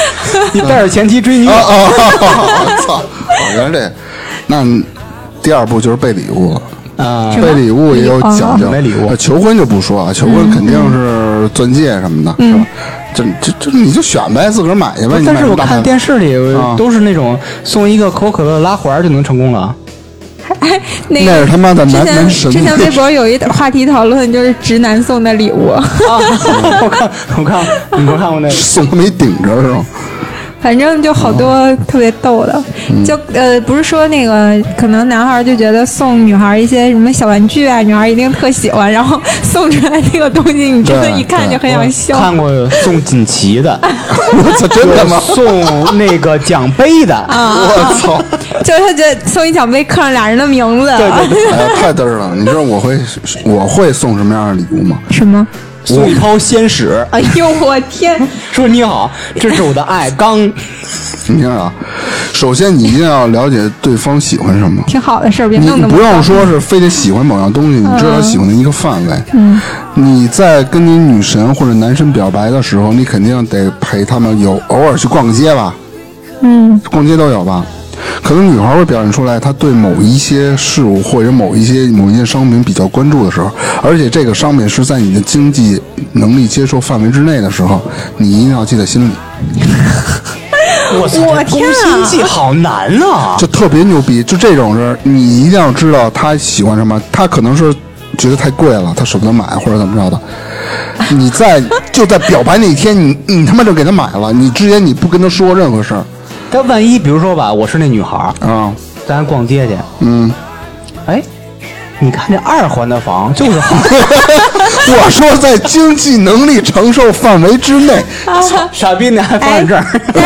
[SPEAKER 3] 你带着前妻追女友，
[SPEAKER 1] 啊！ 我操！我原来这，那第二步就是备礼物了。
[SPEAKER 3] 啊
[SPEAKER 2] 什么
[SPEAKER 1] 备礼物也有讲究，
[SPEAKER 3] 哦买礼物嗯
[SPEAKER 1] 呃求婚就不说啊，求婚肯定是钻戒什么的，是吧？这这这你就选呗，自个儿买去呗。你
[SPEAKER 3] 但
[SPEAKER 1] 买
[SPEAKER 3] 是
[SPEAKER 1] 什么
[SPEAKER 3] 我
[SPEAKER 1] 大
[SPEAKER 3] 看
[SPEAKER 1] 牌
[SPEAKER 3] 电视里
[SPEAKER 1] 啊
[SPEAKER 3] 都是那种送一个可口可乐拉环就能成功了，
[SPEAKER 2] 那
[SPEAKER 1] 那
[SPEAKER 2] 个
[SPEAKER 1] 是他妈的
[SPEAKER 2] 之
[SPEAKER 1] 男
[SPEAKER 2] 前
[SPEAKER 1] 男神
[SPEAKER 2] 之，前微博有一话题讨论，就是直男送的礼物。
[SPEAKER 3] 我看我看你没看过那 个？
[SPEAKER 1] 送他没顶着是吧？
[SPEAKER 2] 反正就好
[SPEAKER 1] 啊
[SPEAKER 2] 多特别逗的，
[SPEAKER 1] 嗯
[SPEAKER 2] 就呃不是说那个可能男孩儿就觉得送女孩儿一些什么小玩具啊，女孩儿一定特喜欢，然后送出来那个东西，你真的
[SPEAKER 1] 对
[SPEAKER 2] 一看就很想笑
[SPEAKER 3] 看。过送锦 旗的，
[SPEAKER 1] 我操，真的吗？
[SPEAKER 3] 送那个奖杯的，
[SPEAKER 1] 啊我 操！
[SPEAKER 2] 就是他觉得送一奖杯刻上俩人的名字，
[SPEAKER 1] 哎呀，太嘚儿了！你知道我会我会送什么样的礼物吗？
[SPEAKER 2] 什么
[SPEAKER 3] 宋一涛先使
[SPEAKER 2] 哎呦，我天！
[SPEAKER 3] 说你好，这是我的爱刚。
[SPEAKER 1] 你听啊，首先你一定要了解对方喜欢什么，
[SPEAKER 2] 挺好的事儿，别
[SPEAKER 1] 你
[SPEAKER 2] 弄那么
[SPEAKER 1] 不
[SPEAKER 2] 糟
[SPEAKER 1] 用说是非得喜欢某样东西，你知道他喜欢的一个范围。嗯，你在跟你女神或者男神表白的时候，你肯定得陪他们有偶尔去逛个街吧。嗯，逛街都有吧。可能女孩会表现出来，她对某一些事物或者某一些某一件商品比较关注的时候，而且这个商品是在你的经济能力接受范围之内的时候，你一定要记在心里。
[SPEAKER 3] 我操，
[SPEAKER 2] 我
[SPEAKER 3] 这
[SPEAKER 2] 天啊
[SPEAKER 3] 攻心计好难啊！
[SPEAKER 1] 就特别牛逼。就这种人，你一定要知道他喜欢什么。他可能是觉得太贵了，他舍不得买或者怎么着的。你在就在表白那一天，你你他妈就给他买了。你之前你不跟他说任何事儿
[SPEAKER 3] 但万一比如说吧，我是那女孩儿，
[SPEAKER 1] 啊，
[SPEAKER 3] 咱逛街去，
[SPEAKER 1] 嗯，
[SPEAKER 3] 哎，你看这二环的房就是好，
[SPEAKER 1] 我说在经济能力承受范围之内，
[SPEAKER 3] 傻逼你还放在这儿，
[SPEAKER 1] 哎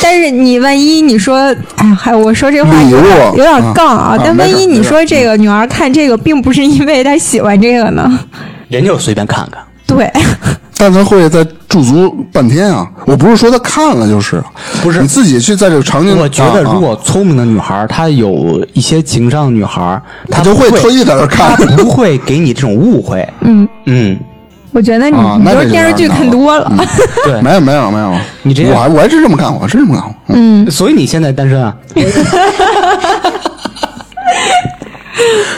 [SPEAKER 2] 但是你万一你说，哎呀，嗨，我说这话
[SPEAKER 1] 礼
[SPEAKER 2] 有点
[SPEAKER 1] 物
[SPEAKER 2] 有点
[SPEAKER 1] 啊
[SPEAKER 2] 杠啊
[SPEAKER 1] 啊。
[SPEAKER 2] 但
[SPEAKER 1] 没
[SPEAKER 2] 万
[SPEAKER 1] 事
[SPEAKER 2] 一
[SPEAKER 1] 没
[SPEAKER 2] 你
[SPEAKER 1] 事嗯
[SPEAKER 2] 说这个女儿看这个，并不是因为她喜欢这 个呢？
[SPEAKER 3] 人就是随便看看。
[SPEAKER 2] 对，
[SPEAKER 1] 但他会在驻足半天啊。我不是说他看了，就是
[SPEAKER 3] 不是
[SPEAKER 1] 你自己去在这个场景，
[SPEAKER 3] 我觉得
[SPEAKER 1] 啊啊
[SPEAKER 3] 如果聪明的女孩儿，她有一些情商的女孩儿，她
[SPEAKER 1] 他就
[SPEAKER 3] 不
[SPEAKER 1] 会
[SPEAKER 3] 会
[SPEAKER 1] 特意在那看
[SPEAKER 3] 她。不会给你这种误会。嗯嗯，
[SPEAKER 2] 我觉得你
[SPEAKER 1] 啊
[SPEAKER 2] 你
[SPEAKER 1] 那
[SPEAKER 2] 就是
[SPEAKER 1] 这就
[SPEAKER 2] 电视
[SPEAKER 1] 有点
[SPEAKER 2] 剧
[SPEAKER 1] 难
[SPEAKER 2] 看
[SPEAKER 1] 了嗯
[SPEAKER 2] 多 了。
[SPEAKER 3] 对
[SPEAKER 1] 没有没有没有，
[SPEAKER 3] 你这样
[SPEAKER 1] 我还我还真这么干过，我真这么干过。嗯
[SPEAKER 3] 所以你现在单身啊？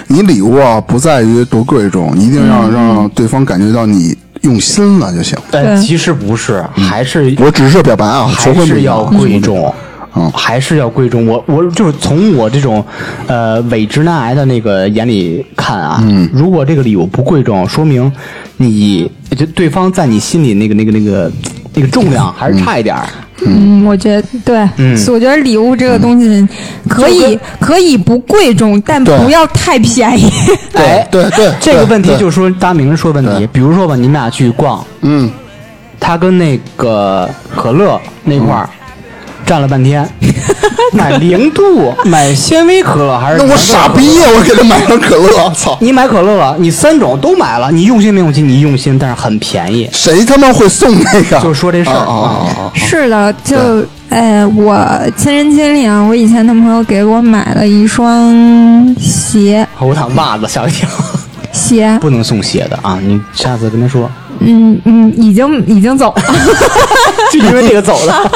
[SPEAKER 1] 你礼物啊，不在于多贵重，一定
[SPEAKER 3] 嗯
[SPEAKER 1] 要让对方感觉到你用心了就行。
[SPEAKER 3] 但
[SPEAKER 2] 对
[SPEAKER 3] 其实不是，
[SPEAKER 1] 嗯
[SPEAKER 3] 还是
[SPEAKER 1] 我只是表白啊，求
[SPEAKER 3] 还
[SPEAKER 1] 婚不
[SPEAKER 3] 是
[SPEAKER 1] 一
[SPEAKER 3] 要
[SPEAKER 1] 样
[SPEAKER 3] 贵重。
[SPEAKER 1] 嗯
[SPEAKER 3] 还是要贵重。我我就是从我这种，呃，伪直男癌的那个眼里看啊，
[SPEAKER 1] 嗯
[SPEAKER 3] 如果这个礼物不贵重，说明你就对方在你心里那个那个那个那个重量还是差一点儿。
[SPEAKER 2] 嗯，我觉得对，
[SPEAKER 3] 嗯
[SPEAKER 2] 我觉得礼物这个东西可以可以不贵重，但
[SPEAKER 1] 对
[SPEAKER 2] 不要太便宜。
[SPEAKER 3] 哎
[SPEAKER 1] 嗯对对对
[SPEAKER 3] 这个问题
[SPEAKER 1] 对
[SPEAKER 3] 就是说，大明说问题
[SPEAKER 1] 对，
[SPEAKER 3] 比如说吧，你们俩去逛，
[SPEAKER 1] 嗯，
[SPEAKER 3] 他跟那个可乐那块
[SPEAKER 1] 嗯
[SPEAKER 3] 儿站了半 天，买零度，买纤维可乐还是
[SPEAKER 1] 那我傻逼啊呀、我给他买瓶可乐，操！
[SPEAKER 3] 你买可乐了，你三种都买了，你用心没用心？你用心，但是很便宜。
[SPEAKER 1] 谁他妈会送那个？
[SPEAKER 3] 就是说这事儿
[SPEAKER 1] 啊啊
[SPEAKER 3] 哦
[SPEAKER 1] 啊啊！
[SPEAKER 2] 是的，就哎，我亲身经历啊，我以前男朋友给我买了一双鞋
[SPEAKER 3] 啊我想袜子，吓我一跳。
[SPEAKER 2] 鞋，
[SPEAKER 3] 不能送鞋的啊！你下次跟他说，
[SPEAKER 2] 嗯嗯，已经已经走了。
[SPEAKER 3] 就因为这个走的。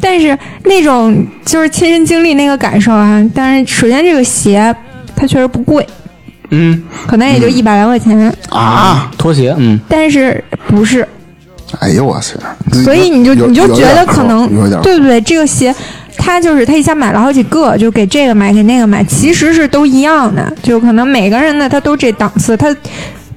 [SPEAKER 2] 但是那种就是亲身经历那个感受啊，但是首先这个鞋它确实不贵，
[SPEAKER 3] 嗯
[SPEAKER 2] 可能也就一百来块钱，
[SPEAKER 3] 啊，拖鞋，嗯，
[SPEAKER 2] 但是不是
[SPEAKER 1] 哎呦我去！
[SPEAKER 2] 所以你就
[SPEAKER 1] 有
[SPEAKER 2] 你就
[SPEAKER 1] 有
[SPEAKER 2] 觉得
[SPEAKER 1] 点
[SPEAKER 2] 可能
[SPEAKER 1] 有点
[SPEAKER 2] 对不对？这个鞋，他就是他一下买了好几个，就给这个买给那个买，其实是都一样的，就可能每个人的他都这档次，他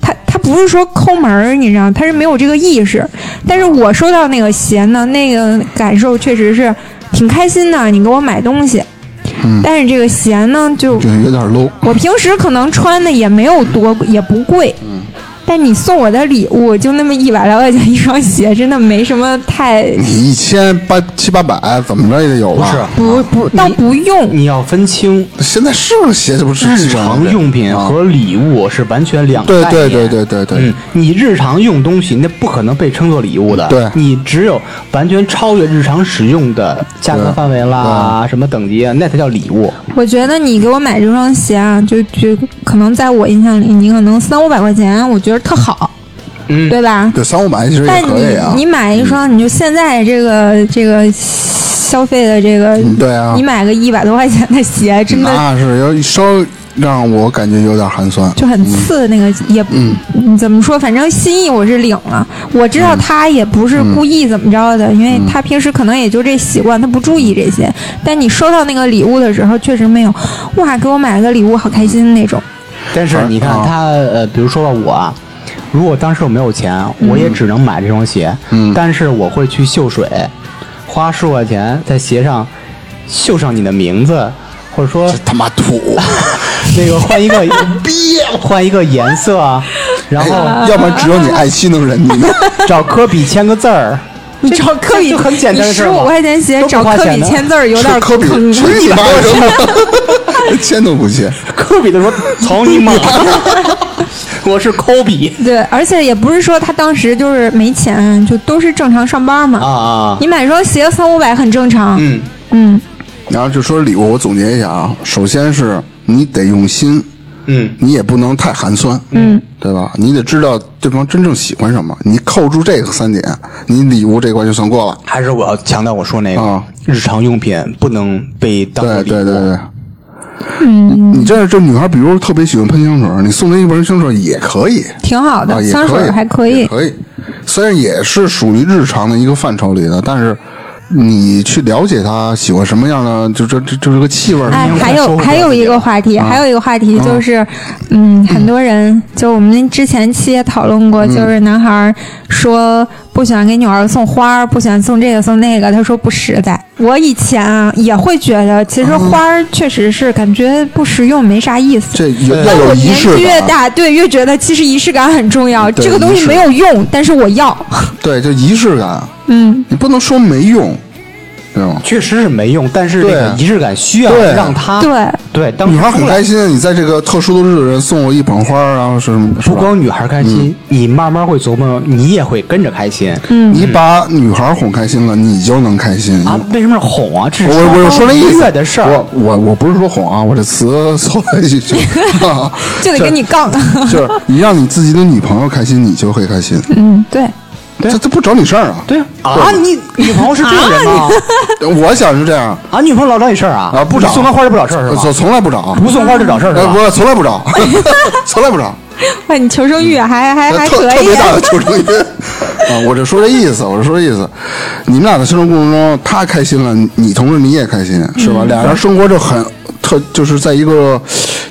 [SPEAKER 2] 他他不是说抠门儿，你知道，他是没有这个意识。但是我收到那个鞋呢，那个感受确实是挺开心的，你给我买东西，但是这个鞋呢，就
[SPEAKER 1] 嗯就有点 low。
[SPEAKER 2] 我平时可能穿的也没有多，也不贵。
[SPEAKER 1] 嗯
[SPEAKER 2] 但你送我的礼物就那么一百来块钱一双鞋，真的没什么太
[SPEAKER 1] 你一千八七八百，怎么着也得有吧？
[SPEAKER 3] 啊
[SPEAKER 2] 不不倒不用。
[SPEAKER 3] 你要分清
[SPEAKER 1] 现在是不是鞋这不是
[SPEAKER 3] 日常用品
[SPEAKER 1] 啊
[SPEAKER 3] 和礼物是完全两个
[SPEAKER 1] 对
[SPEAKER 3] 概
[SPEAKER 1] 对
[SPEAKER 3] 念。
[SPEAKER 1] 对对对对
[SPEAKER 3] 嗯，你日常用东西，那不可能被称作礼物的。
[SPEAKER 1] 对
[SPEAKER 3] 你只有完全超越日常使用的价格
[SPEAKER 1] 对
[SPEAKER 3] 范围啦，什么等级啊，那才叫礼物。
[SPEAKER 2] 我觉得你给我买这双鞋啊，就就可能在我印象里，你可能三五百块钱，我觉得特好，
[SPEAKER 3] 嗯，
[SPEAKER 2] 对吧？
[SPEAKER 1] 对三五百其实也
[SPEAKER 2] 但
[SPEAKER 1] 可以
[SPEAKER 2] 你
[SPEAKER 1] 啊。
[SPEAKER 2] 你买一双，你就现在这个这个消费的这个，
[SPEAKER 1] 嗯对啊
[SPEAKER 2] 你买个一百多块钱的鞋，真的
[SPEAKER 1] 那是有稍微让我感觉有点寒酸。
[SPEAKER 2] 就很次，那个也嗯怎么说，反正心意我是领了。我知道他也不是故意怎么着的，因为他平时可能也就这习惯，他不注意这些。但你收到那个礼物的时候，确实没有哇，给我买了个礼物，好开心那种。
[SPEAKER 3] 但是
[SPEAKER 1] 而
[SPEAKER 3] 你看
[SPEAKER 1] 啊
[SPEAKER 3] 他，呃，比如说吧，我啊，如果当时我没有钱，我也只能买这双鞋。
[SPEAKER 1] 嗯
[SPEAKER 3] 但是我会去秀水，花十五块钱在鞋上绣上你的名字，或者说
[SPEAKER 1] 这他妈 土。
[SPEAKER 2] 啊
[SPEAKER 3] 那个换一 个换一个颜色 啊，然后
[SPEAKER 1] 哎要不然只有你爱惜能忍你呢。
[SPEAKER 3] 找科比签个字儿。你
[SPEAKER 2] 这
[SPEAKER 3] 找科比
[SPEAKER 2] 这就
[SPEAKER 3] 很简单的事
[SPEAKER 2] 十
[SPEAKER 3] 儿嘛
[SPEAKER 2] 五块钱鞋
[SPEAKER 3] 都不
[SPEAKER 2] 找
[SPEAKER 3] 花
[SPEAKER 2] 科
[SPEAKER 3] 钱
[SPEAKER 2] 比
[SPEAKER 3] 的
[SPEAKER 2] 签字儿有点
[SPEAKER 1] 是科比
[SPEAKER 2] 坑，
[SPEAKER 1] 是你妈有什么？签都不签。
[SPEAKER 3] 科比的说：“操你妈！ 我是科比
[SPEAKER 2] 对，而且也不是说他当时就是没钱，就都是正常上班嘛。
[SPEAKER 3] 啊啊！
[SPEAKER 2] 你买双鞋三五百很正常。
[SPEAKER 3] 嗯
[SPEAKER 2] 嗯
[SPEAKER 1] 然后就说礼物，我总结一下啊，首先是你得用心，
[SPEAKER 3] 嗯，
[SPEAKER 1] 你也不能太寒酸，嗯，对吧？你得知道对方真正喜欢什么。你扣住这个三点，你礼物这关就算过了。
[SPEAKER 3] 还是我要强调我说那个、
[SPEAKER 1] 啊
[SPEAKER 3] 日常用品不能被当做
[SPEAKER 1] 对
[SPEAKER 3] 礼物。
[SPEAKER 1] 对对对。嗯，你这这女孩，比如特别喜欢喷香水儿，你送她一瓶香水儿也可以，
[SPEAKER 2] 挺好的，
[SPEAKER 1] 啊，也
[SPEAKER 2] 香水
[SPEAKER 1] 可以，
[SPEAKER 2] 还可以
[SPEAKER 1] 也。可以。虽然也是属于日常的一个范畴里的，但是你去了解她喜欢什么样的，就这这这个气味儿。
[SPEAKER 2] 哎
[SPEAKER 1] 你，
[SPEAKER 2] 还有还有一个话题，
[SPEAKER 1] 啊
[SPEAKER 2] 还有一个话题就是，嗯，很多人就我们之前期也讨论过，
[SPEAKER 1] 嗯
[SPEAKER 2] 就是男孩儿说不喜欢给女孩儿送花儿，不喜欢送这个送那个，他说不实在。我以前啊也会觉得，其
[SPEAKER 1] 啊
[SPEAKER 2] 实花儿确实是感觉不实用，没啥意思。
[SPEAKER 1] 这有
[SPEAKER 3] 对
[SPEAKER 1] 要有仪
[SPEAKER 2] 年
[SPEAKER 1] 式
[SPEAKER 2] 纪越
[SPEAKER 1] 感，啊
[SPEAKER 2] 大，对越觉得其实仪式感很重要。
[SPEAKER 1] 对
[SPEAKER 2] 这个东
[SPEAKER 1] 仪
[SPEAKER 2] 西
[SPEAKER 1] 式
[SPEAKER 2] 没有用，但是我要。
[SPEAKER 1] 对，就仪式感。
[SPEAKER 2] 嗯，
[SPEAKER 1] 你不能说没用，对吗？
[SPEAKER 3] 确实是没用，但是这个
[SPEAKER 1] 对
[SPEAKER 3] 仪式感需要
[SPEAKER 1] 对
[SPEAKER 3] 让他
[SPEAKER 2] 对，
[SPEAKER 3] 对当时
[SPEAKER 1] 女孩
[SPEAKER 3] 出
[SPEAKER 1] 很
[SPEAKER 3] 来
[SPEAKER 1] 开心，你在这个特殊的日子送我一捧花，然后是是吧
[SPEAKER 3] 不
[SPEAKER 1] 嗯
[SPEAKER 3] 光女孩开心，你慢慢会琢磨，你也会跟着开心、
[SPEAKER 2] 嗯
[SPEAKER 1] 你把女孩哄开心了，你就能开心。
[SPEAKER 3] 啊！为什么是哄啊？这是
[SPEAKER 1] 我我我说那意
[SPEAKER 3] 愉
[SPEAKER 1] 思
[SPEAKER 3] 悦的事儿。
[SPEAKER 1] 我我我不是说哄啊，我这词凑在一起
[SPEAKER 2] 就得跟你杠。
[SPEAKER 1] 就是你让你自己的女朋友开心，你就会开心。
[SPEAKER 2] 嗯， 对，
[SPEAKER 3] 对
[SPEAKER 1] 这这不找你事儿啊？
[SPEAKER 3] 对啊，你女朋友是这个人吗？
[SPEAKER 1] 我想是这样
[SPEAKER 3] 啊，女朋友老找你事儿啊？
[SPEAKER 1] 啊，不找
[SPEAKER 3] 你送她花就不找事儿是吧
[SPEAKER 1] 从？从来不找，
[SPEAKER 3] 不送花就找事儿是
[SPEAKER 1] 呃，
[SPEAKER 3] 吧
[SPEAKER 1] 不？是从来不找， 从来不找。
[SPEAKER 2] 哇，哎你求生欲还还还
[SPEAKER 1] 特
[SPEAKER 2] 可
[SPEAKER 1] 特
[SPEAKER 2] 以啊
[SPEAKER 1] 别。大的求生欲。 啊，我就说这意思，我就说这意思。你们俩在相处过程中，他开心了，你同时你也开心，是吧？
[SPEAKER 3] 嗯
[SPEAKER 1] 俩人生活就很特，就是在一个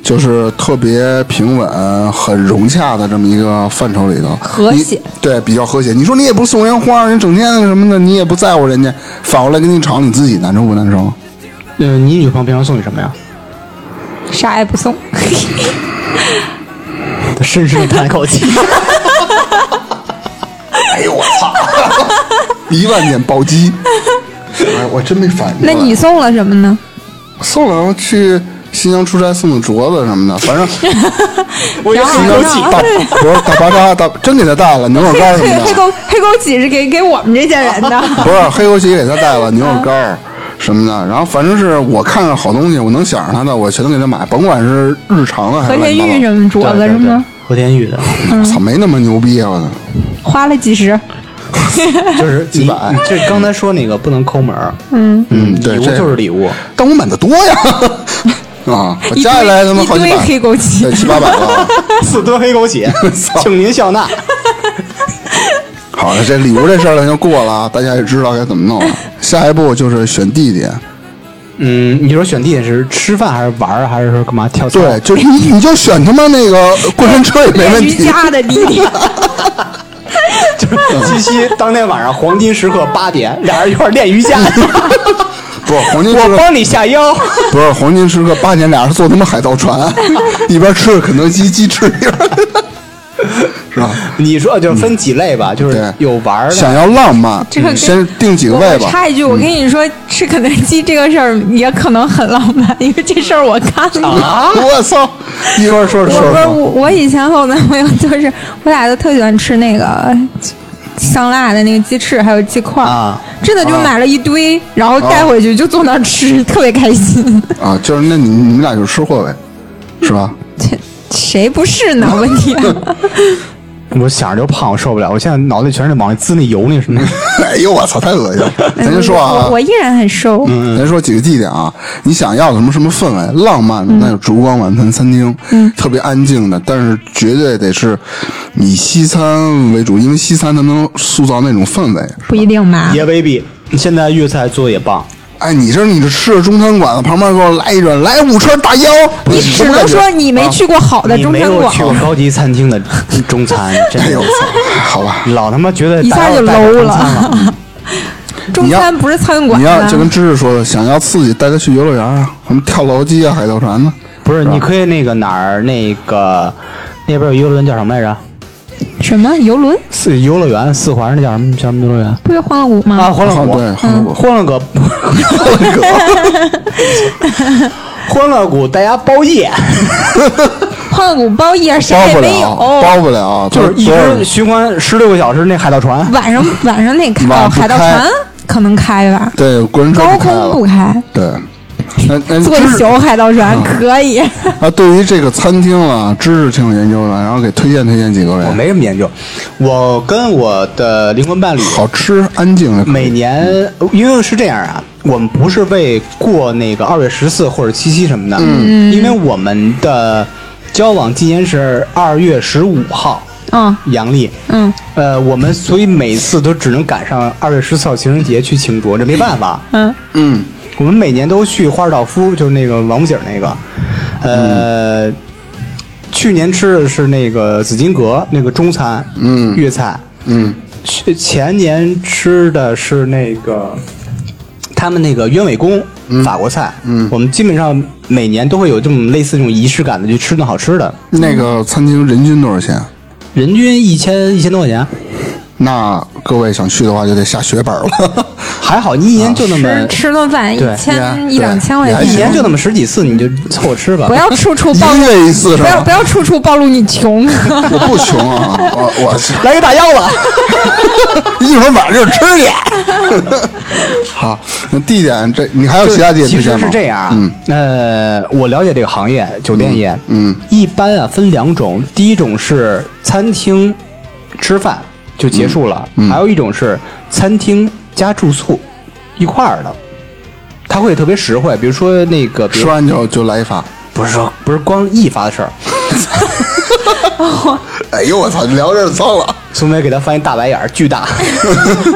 [SPEAKER 1] 就是特别平稳、很融洽的这么一个范畴里头，
[SPEAKER 2] 和谐
[SPEAKER 1] 你。对，比较和谐。你说你也不送人花，人整天什么的，你也不在乎人家，反过来跟你吵，你自己难受不难受？
[SPEAKER 3] 嗯，你女朋友平常送你什么呀？
[SPEAKER 2] 啥也不送。
[SPEAKER 3] 深深的叹一口气。
[SPEAKER 1] 哎呦我操！一万点暴击！ 哎，我真没反应过
[SPEAKER 2] 那
[SPEAKER 1] 来。
[SPEAKER 2] 你送了什么呢？
[SPEAKER 1] 送了，我去新疆出差送的镯子什么的， 反正
[SPEAKER 3] 我有
[SPEAKER 1] 新疆大不是大白鲨，大真给他带了牛肉干什
[SPEAKER 2] 黑
[SPEAKER 1] 么
[SPEAKER 2] 黑
[SPEAKER 1] 的，
[SPEAKER 2] 枸黑枸杞是给给我们这些人的。
[SPEAKER 1] 不是黑枸杞给他带了牛肉干。什么的，然后反正是我看上好东西，我能想上他的，我全都给他买，甭管是日常的啊还
[SPEAKER 2] 和
[SPEAKER 1] 是
[SPEAKER 2] 田玉
[SPEAKER 1] 什
[SPEAKER 2] 什么镯子什么，
[SPEAKER 3] 和田玉的，
[SPEAKER 1] 么，操，没那么牛逼啊！我操
[SPEAKER 2] 花了几十。
[SPEAKER 3] 就是你，你这刚才说那个不能抠门儿，
[SPEAKER 2] 嗯，
[SPEAKER 1] 嗯，对，
[SPEAKER 3] 礼物
[SPEAKER 1] 这
[SPEAKER 3] 就是礼 物。
[SPEAKER 1] 但我买的多呀， 啊，我
[SPEAKER 2] 一堆
[SPEAKER 1] 加起来他妈好几
[SPEAKER 2] 一堆
[SPEAKER 1] 百，
[SPEAKER 2] 黑枸杞
[SPEAKER 1] 对，七八百了。
[SPEAKER 3] 四吨黑枸 杞，请您笑纳。
[SPEAKER 1] 好了，这礼物这事儿咱就过了，啊，大家也知道该怎么弄 了。下一步就是选地点，
[SPEAKER 3] 嗯，你说选地点是吃饭还是玩儿，还是说干嘛跳操？
[SPEAKER 2] 哦
[SPEAKER 1] 对，就你你就选他妈那个过山车也没问
[SPEAKER 2] 练瑜
[SPEAKER 1] 题。
[SPEAKER 2] 伽的地点。
[SPEAKER 3] 就是七夕当天晚上黄金时刻八点，俩人一块儿练瑜伽，
[SPEAKER 1] 不是黄金时
[SPEAKER 3] 我
[SPEAKER 1] 刻，
[SPEAKER 3] 帮你下腰。
[SPEAKER 1] 不是黄金时刻，八年俩人坐他妈海盗船， 一边吃着肯德基鸡翅，一边 是吧？
[SPEAKER 3] 你说就分几类吧，就是
[SPEAKER 1] 对，
[SPEAKER 3] 有玩儿
[SPEAKER 1] 想
[SPEAKER 3] 的，
[SPEAKER 1] 要浪漫
[SPEAKER 2] 这个，跟
[SPEAKER 1] 先定几个
[SPEAKER 2] 我
[SPEAKER 1] 位吧。
[SPEAKER 2] 插一句，我跟你说，吃肯德基这个事儿也可能很浪漫，因为这事儿我干过。
[SPEAKER 1] 我操！一会儿说着
[SPEAKER 2] 啊我
[SPEAKER 1] 说着说
[SPEAKER 2] 不是
[SPEAKER 1] 着，
[SPEAKER 2] 我，我以前和我男朋友就是，我俩都特喜欢吃那个香辣的那个鸡翅，还有鸡块儿
[SPEAKER 3] 啊
[SPEAKER 2] 真的就买了一堆，然后带回去就坐那儿吃，特别开心。
[SPEAKER 1] 啊，就是那你你们俩就是吃货呗，是吧？
[SPEAKER 2] 这谁不是呢？问题、啊
[SPEAKER 3] 我想着就胖，我受不了，我现在脑袋全是往里滋那油那什么。
[SPEAKER 1] 哎呦我操，太恶心了！咱先说啊嗯
[SPEAKER 2] 哎我，我依然很瘦。
[SPEAKER 1] 咱说几个地点啊，你想要的什么什么氛围，浪漫
[SPEAKER 2] 嗯
[SPEAKER 1] 的那有烛光晚餐餐厅，特别安静的，但是绝对得是以西餐为主，因为西餐它能塑造那种氛围。
[SPEAKER 2] 不一定吧？
[SPEAKER 3] 也 baby，现在粤菜做的也棒，
[SPEAKER 1] 哎，你这你这吃着中餐馆子，旁边给我来一碗来五串大腰，
[SPEAKER 2] 你只能 说你没去过好的
[SPEAKER 3] 你
[SPEAKER 2] 中
[SPEAKER 3] 没
[SPEAKER 2] 餐
[SPEAKER 3] 有
[SPEAKER 2] 馆
[SPEAKER 3] 去，过高级餐厅的中 餐，真
[SPEAKER 1] 哎
[SPEAKER 3] 的
[SPEAKER 1] 呦我。操，好吧，
[SPEAKER 3] 老他妈觉得
[SPEAKER 2] 一下
[SPEAKER 3] 大家
[SPEAKER 2] 就
[SPEAKER 3] 都带
[SPEAKER 2] low
[SPEAKER 3] 中
[SPEAKER 2] 了
[SPEAKER 3] 餐 了。
[SPEAKER 2] 中餐不是餐馆啊
[SPEAKER 1] 你要就
[SPEAKER 2] 的
[SPEAKER 1] 跟。芝芝说的，想要刺激，带他去游乐园啊，什么跳楼机啊、海盗船呢、
[SPEAKER 3] 不是，你可以那个哪儿那个那边有游乐园叫什么来着？
[SPEAKER 2] 什么游轮？
[SPEAKER 3] 四游乐园四环那叫什么叫什么游乐园？
[SPEAKER 2] 不是欢乐
[SPEAKER 3] 啊
[SPEAKER 2] 谷吗？
[SPEAKER 3] 啊，欢乐
[SPEAKER 1] 啊
[SPEAKER 3] 谷。
[SPEAKER 1] 对欢乐谷
[SPEAKER 3] 欢乐谷。欢乐谷大家包 夜，
[SPEAKER 2] 换股包夜谁
[SPEAKER 1] 包
[SPEAKER 2] 也
[SPEAKER 1] 不
[SPEAKER 2] 没
[SPEAKER 1] 了，
[SPEAKER 2] 有，
[SPEAKER 1] 包不了，
[SPEAKER 3] 就是一
[SPEAKER 1] 所有
[SPEAKER 3] 直循环十六个小时那海盗船。
[SPEAKER 2] 晚上晚上得开，
[SPEAKER 1] 晚上
[SPEAKER 2] 哦
[SPEAKER 1] 不
[SPEAKER 2] 海盗
[SPEAKER 1] 开
[SPEAKER 2] 船可能开吧，
[SPEAKER 1] 对国人车
[SPEAKER 2] 高
[SPEAKER 1] 不开
[SPEAKER 2] 空
[SPEAKER 1] 了
[SPEAKER 2] 不开，
[SPEAKER 1] 对。那那
[SPEAKER 2] 坐
[SPEAKER 1] 知识
[SPEAKER 2] 小海盗船可以。
[SPEAKER 1] 啊，对于这个餐厅啊，知识挺有研究的，然后给推荐推荐几个
[SPEAKER 3] 我
[SPEAKER 1] 呗。
[SPEAKER 3] 没什么研究，我跟我的灵魂伴侣
[SPEAKER 1] 好吃，安静的。
[SPEAKER 3] 每年，因为是这样啊，我们不是为过那个二月十四或者七夕什么的，嗯，因为我们的交往纪念是二月十五号，
[SPEAKER 2] 嗯
[SPEAKER 3] 阳历，
[SPEAKER 2] 嗯
[SPEAKER 3] 呃，我们所以每次都只能赶上二月十四号情人节去庆祝，这没办法。
[SPEAKER 2] 嗯，
[SPEAKER 1] 嗯，
[SPEAKER 3] 我们每年都去花尔道夫，就是那个王府井那个，呃，去年吃的是那个紫金阁那个中餐，
[SPEAKER 1] 嗯
[SPEAKER 3] 粤菜，
[SPEAKER 1] 嗯，
[SPEAKER 3] 去前年吃的是那个他们那个鸢尾公、法国菜，嗯，我们基本上每年都会有这种类似这种仪式感的去吃顿好吃的，
[SPEAKER 1] 那个餐厅人均多少钱？
[SPEAKER 3] 人均一千一千多 块钱，
[SPEAKER 1] 那各位想去的话，就得下血本了。
[SPEAKER 3] 还好你一年就那么。
[SPEAKER 2] 吃吃顿饭
[SPEAKER 3] 对
[SPEAKER 2] 一
[SPEAKER 1] 对
[SPEAKER 2] 千一两千块
[SPEAKER 1] 啊也还
[SPEAKER 2] 钱，
[SPEAKER 3] 一年就那么十几次，你就凑合吃吧。
[SPEAKER 2] 不要处处暴
[SPEAKER 1] 一
[SPEAKER 2] 露，
[SPEAKER 1] 月一次是
[SPEAKER 2] 不要
[SPEAKER 1] 吧
[SPEAKER 2] 不？要处处暴露你 穷。
[SPEAKER 1] 我不穷啊，我我是
[SPEAKER 3] 来个大腰子，
[SPEAKER 1] 一会儿晚上就吃去。 好，那地点这你还有其他地点
[SPEAKER 3] 其
[SPEAKER 1] 推
[SPEAKER 3] 实
[SPEAKER 1] 荐吗？
[SPEAKER 3] 是这样啊，
[SPEAKER 1] 嗯，
[SPEAKER 3] 呃，我了解这个行业，酒店业，
[SPEAKER 1] 嗯嗯
[SPEAKER 3] 一般啊分两种，第一种是餐厅吃饭就结束了，
[SPEAKER 1] 嗯嗯
[SPEAKER 3] 还有一种是餐厅加住宿一块儿的，它会特别实惠。比如说那个，比
[SPEAKER 1] 吃
[SPEAKER 3] 如
[SPEAKER 1] 完就就来一发。
[SPEAKER 3] 不是说不是光一发的事儿，
[SPEAKER 1] 哎呦我操，聊这脏了。
[SPEAKER 3] 苏梅给他翻一大白眼儿，巨大。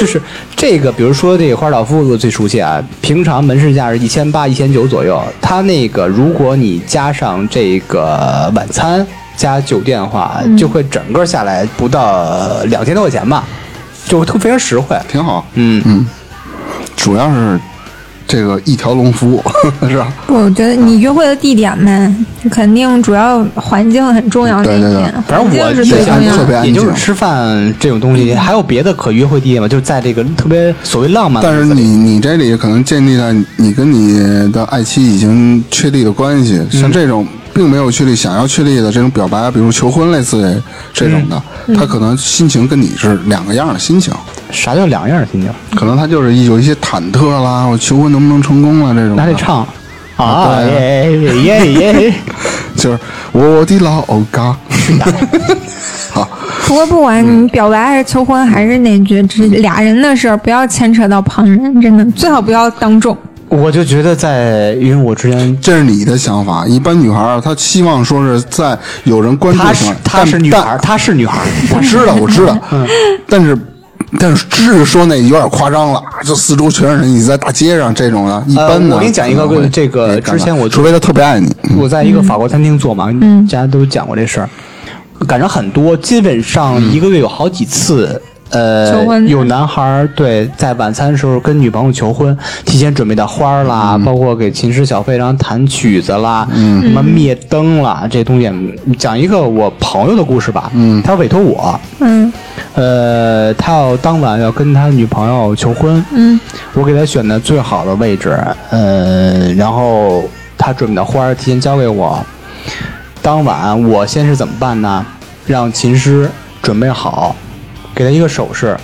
[SPEAKER 3] 就是这个，比如说这个花岛夫我最熟悉啊，平常门市价是一千八、一千九左右。它那个如果你加上这个晚餐加酒店的话，
[SPEAKER 2] 嗯
[SPEAKER 3] 就会整个下来不到两千多块钱吧，就特非常实惠。
[SPEAKER 1] 挺好，
[SPEAKER 3] 嗯
[SPEAKER 1] 嗯，主要是这个一条龙服务
[SPEAKER 3] 嗯
[SPEAKER 1] 是吧？
[SPEAKER 2] 不，我觉得你约会的地点呗，肯定主要环境很重要这一
[SPEAKER 1] 对对
[SPEAKER 2] 点
[SPEAKER 1] 对，
[SPEAKER 3] 反正
[SPEAKER 2] 环境
[SPEAKER 3] 我
[SPEAKER 2] 是
[SPEAKER 3] 印
[SPEAKER 2] 最
[SPEAKER 1] 对
[SPEAKER 2] 重
[SPEAKER 1] 安
[SPEAKER 2] 要
[SPEAKER 1] 特
[SPEAKER 2] 的
[SPEAKER 1] 别。安
[SPEAKER 3] 象，
[SPEAKER 1] 静
[SPEAKER 3] 也就是吃饭这种东西，还有别的可约会地点吗？就在这个特别所谓浪漫的
[SPEAKER 1] 但
[SPEAKER 3] 日
[SPEAKER 1] 是
[SPEAKER 3] 子里。
[SPEAKER 1] 你你这里可能建立在你跟你的爱妻已经确立的关系，
[SPEAKER 3] 嗯
[SPEAKER 1] 像这种并没有确立想要确立的这种表白，比如求婚类似的这种的，
[SPEAKER 3] 嗯
[SPEAKER 1] 他可能心情跟你是两个样的心情，
[SPEAKER 3] 啥叫两样儿心情？
[SPEAKER 1] 可能他就是有一些忐忑啦，我求婚能不能成功啦这种的。
[SPEAKER 3] 那得唱
[SPEAKER 1] 啊
[SPEAKER 3] 嗯啊
[SPEAKER 1] 对啊
[SPEAKER 3] 耶耶耶耶！
[SPEAKER 1] 就是我的老嘎，
[SPEAKER 2] 不过不管你表白还是求婚，还是那句，这俩人的事儿不要牵扯到旁人，真的最好不要当众。
[SPEAKER 3] 我就觉得在，因为我之前
[SPEAKER 1] 这是你的想法。一般女孩儿她希望说是在有人关注
[SPEAKER 3] 她
[SPEAKER 1] 上
[SPEAKER 3] 是，她是
[SPEAKER 1] 但
[SPEAKER 3] 女
[SPEAKER 1] 但
[SPEAKER 3] 孩儿，她是女孩儿，
[SPEAKER 1] 我知道，我知道，
[SPEAKER 3] 嗯
[SPEAKER 1] 但是但是只是说那有点夸张了，就四周全是人，你在大街上这种的，一般的。
[SPEAKER 3] 呃我给你讲一个
[SPEAKER 1] 可能会
[SPEAKER 3] 这个
[SPEAKER 1] 会尴尬
[SPEAKER 3] 之前我
[SPEAKER 1] 除非他特别爱你，嗯
[SPEAKER 3] 我在一个法国餐厅做嘛，大家都讲过这事儿，赶上很多，基本上一个月有好几次。呃
[SPEAKER 2] 求，婚
[SPEAKER 3] 有男孩儿对在晚餐的时候跟女朋友求婚，提前准备的花儿啦，包括给琴师小费，然后弹曲子啦，
[SPEAKER 2] 嗯
[SPEAKER 3] 什么灭灯啦，这东西。讲一个我朋友的故事吧，嗯，他委托我，
[SPEAKER 2] 嗯
[SPEAKER 3] 呃，他要当晚要跟他女朋友求婚，
[SPEAKER 2] 嗯
[SPEAKER 3] 我给他选的最好的位置，呃，然后他准备的花儿提前交给我。当晚我先是怎么办呢？让琴师准备好，给他一个手势，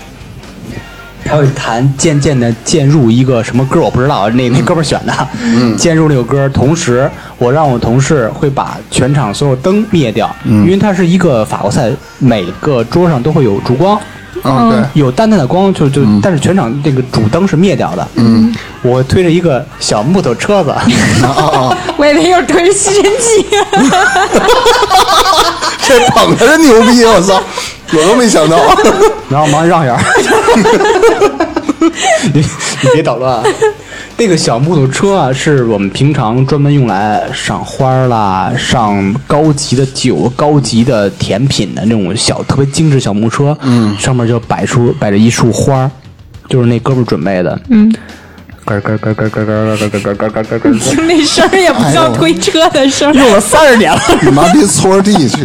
[SPEAKER 3] 他会弹渐渐的渐入一个什么歌我不知道，啊那 那哥们儿选的，渐入那个歌。同时，我让我同事会把全场所有灯灭掉，因为它是一个法国菜，每个桌上都会有烛光。
[SPEAKER 1] 啊， 对，
[SPEAKER 3] 有淡淡的光，就就，但是全场这个主灯是灭掉的。嗯，我推着一个小木头车 子，
[SPEAKER 2] 我以为又推吸尘器，
[SPEAKER 1] 这捧的真牛逼，我操，我都没想 到，
[SPEAKER 3] 然后忙让一下。 你你别捣乱啊。那个小木头车啊，是我们平常专门用来赏花儿啦、上高级的酒、高级的甜品的那种小特别精致小木车。嗯，上面就摆出摆着一束花儿，就是那哥们儿准备的。嗯，咯咯咯咯咯咯咯咯咯咯咯咯咯。
[SPEAKER 2] 那声儿也不叫推车的声儿。
[SPEAKER 3] 用了三十年了。
[SPEAKER 1] 你妈逼搓着地去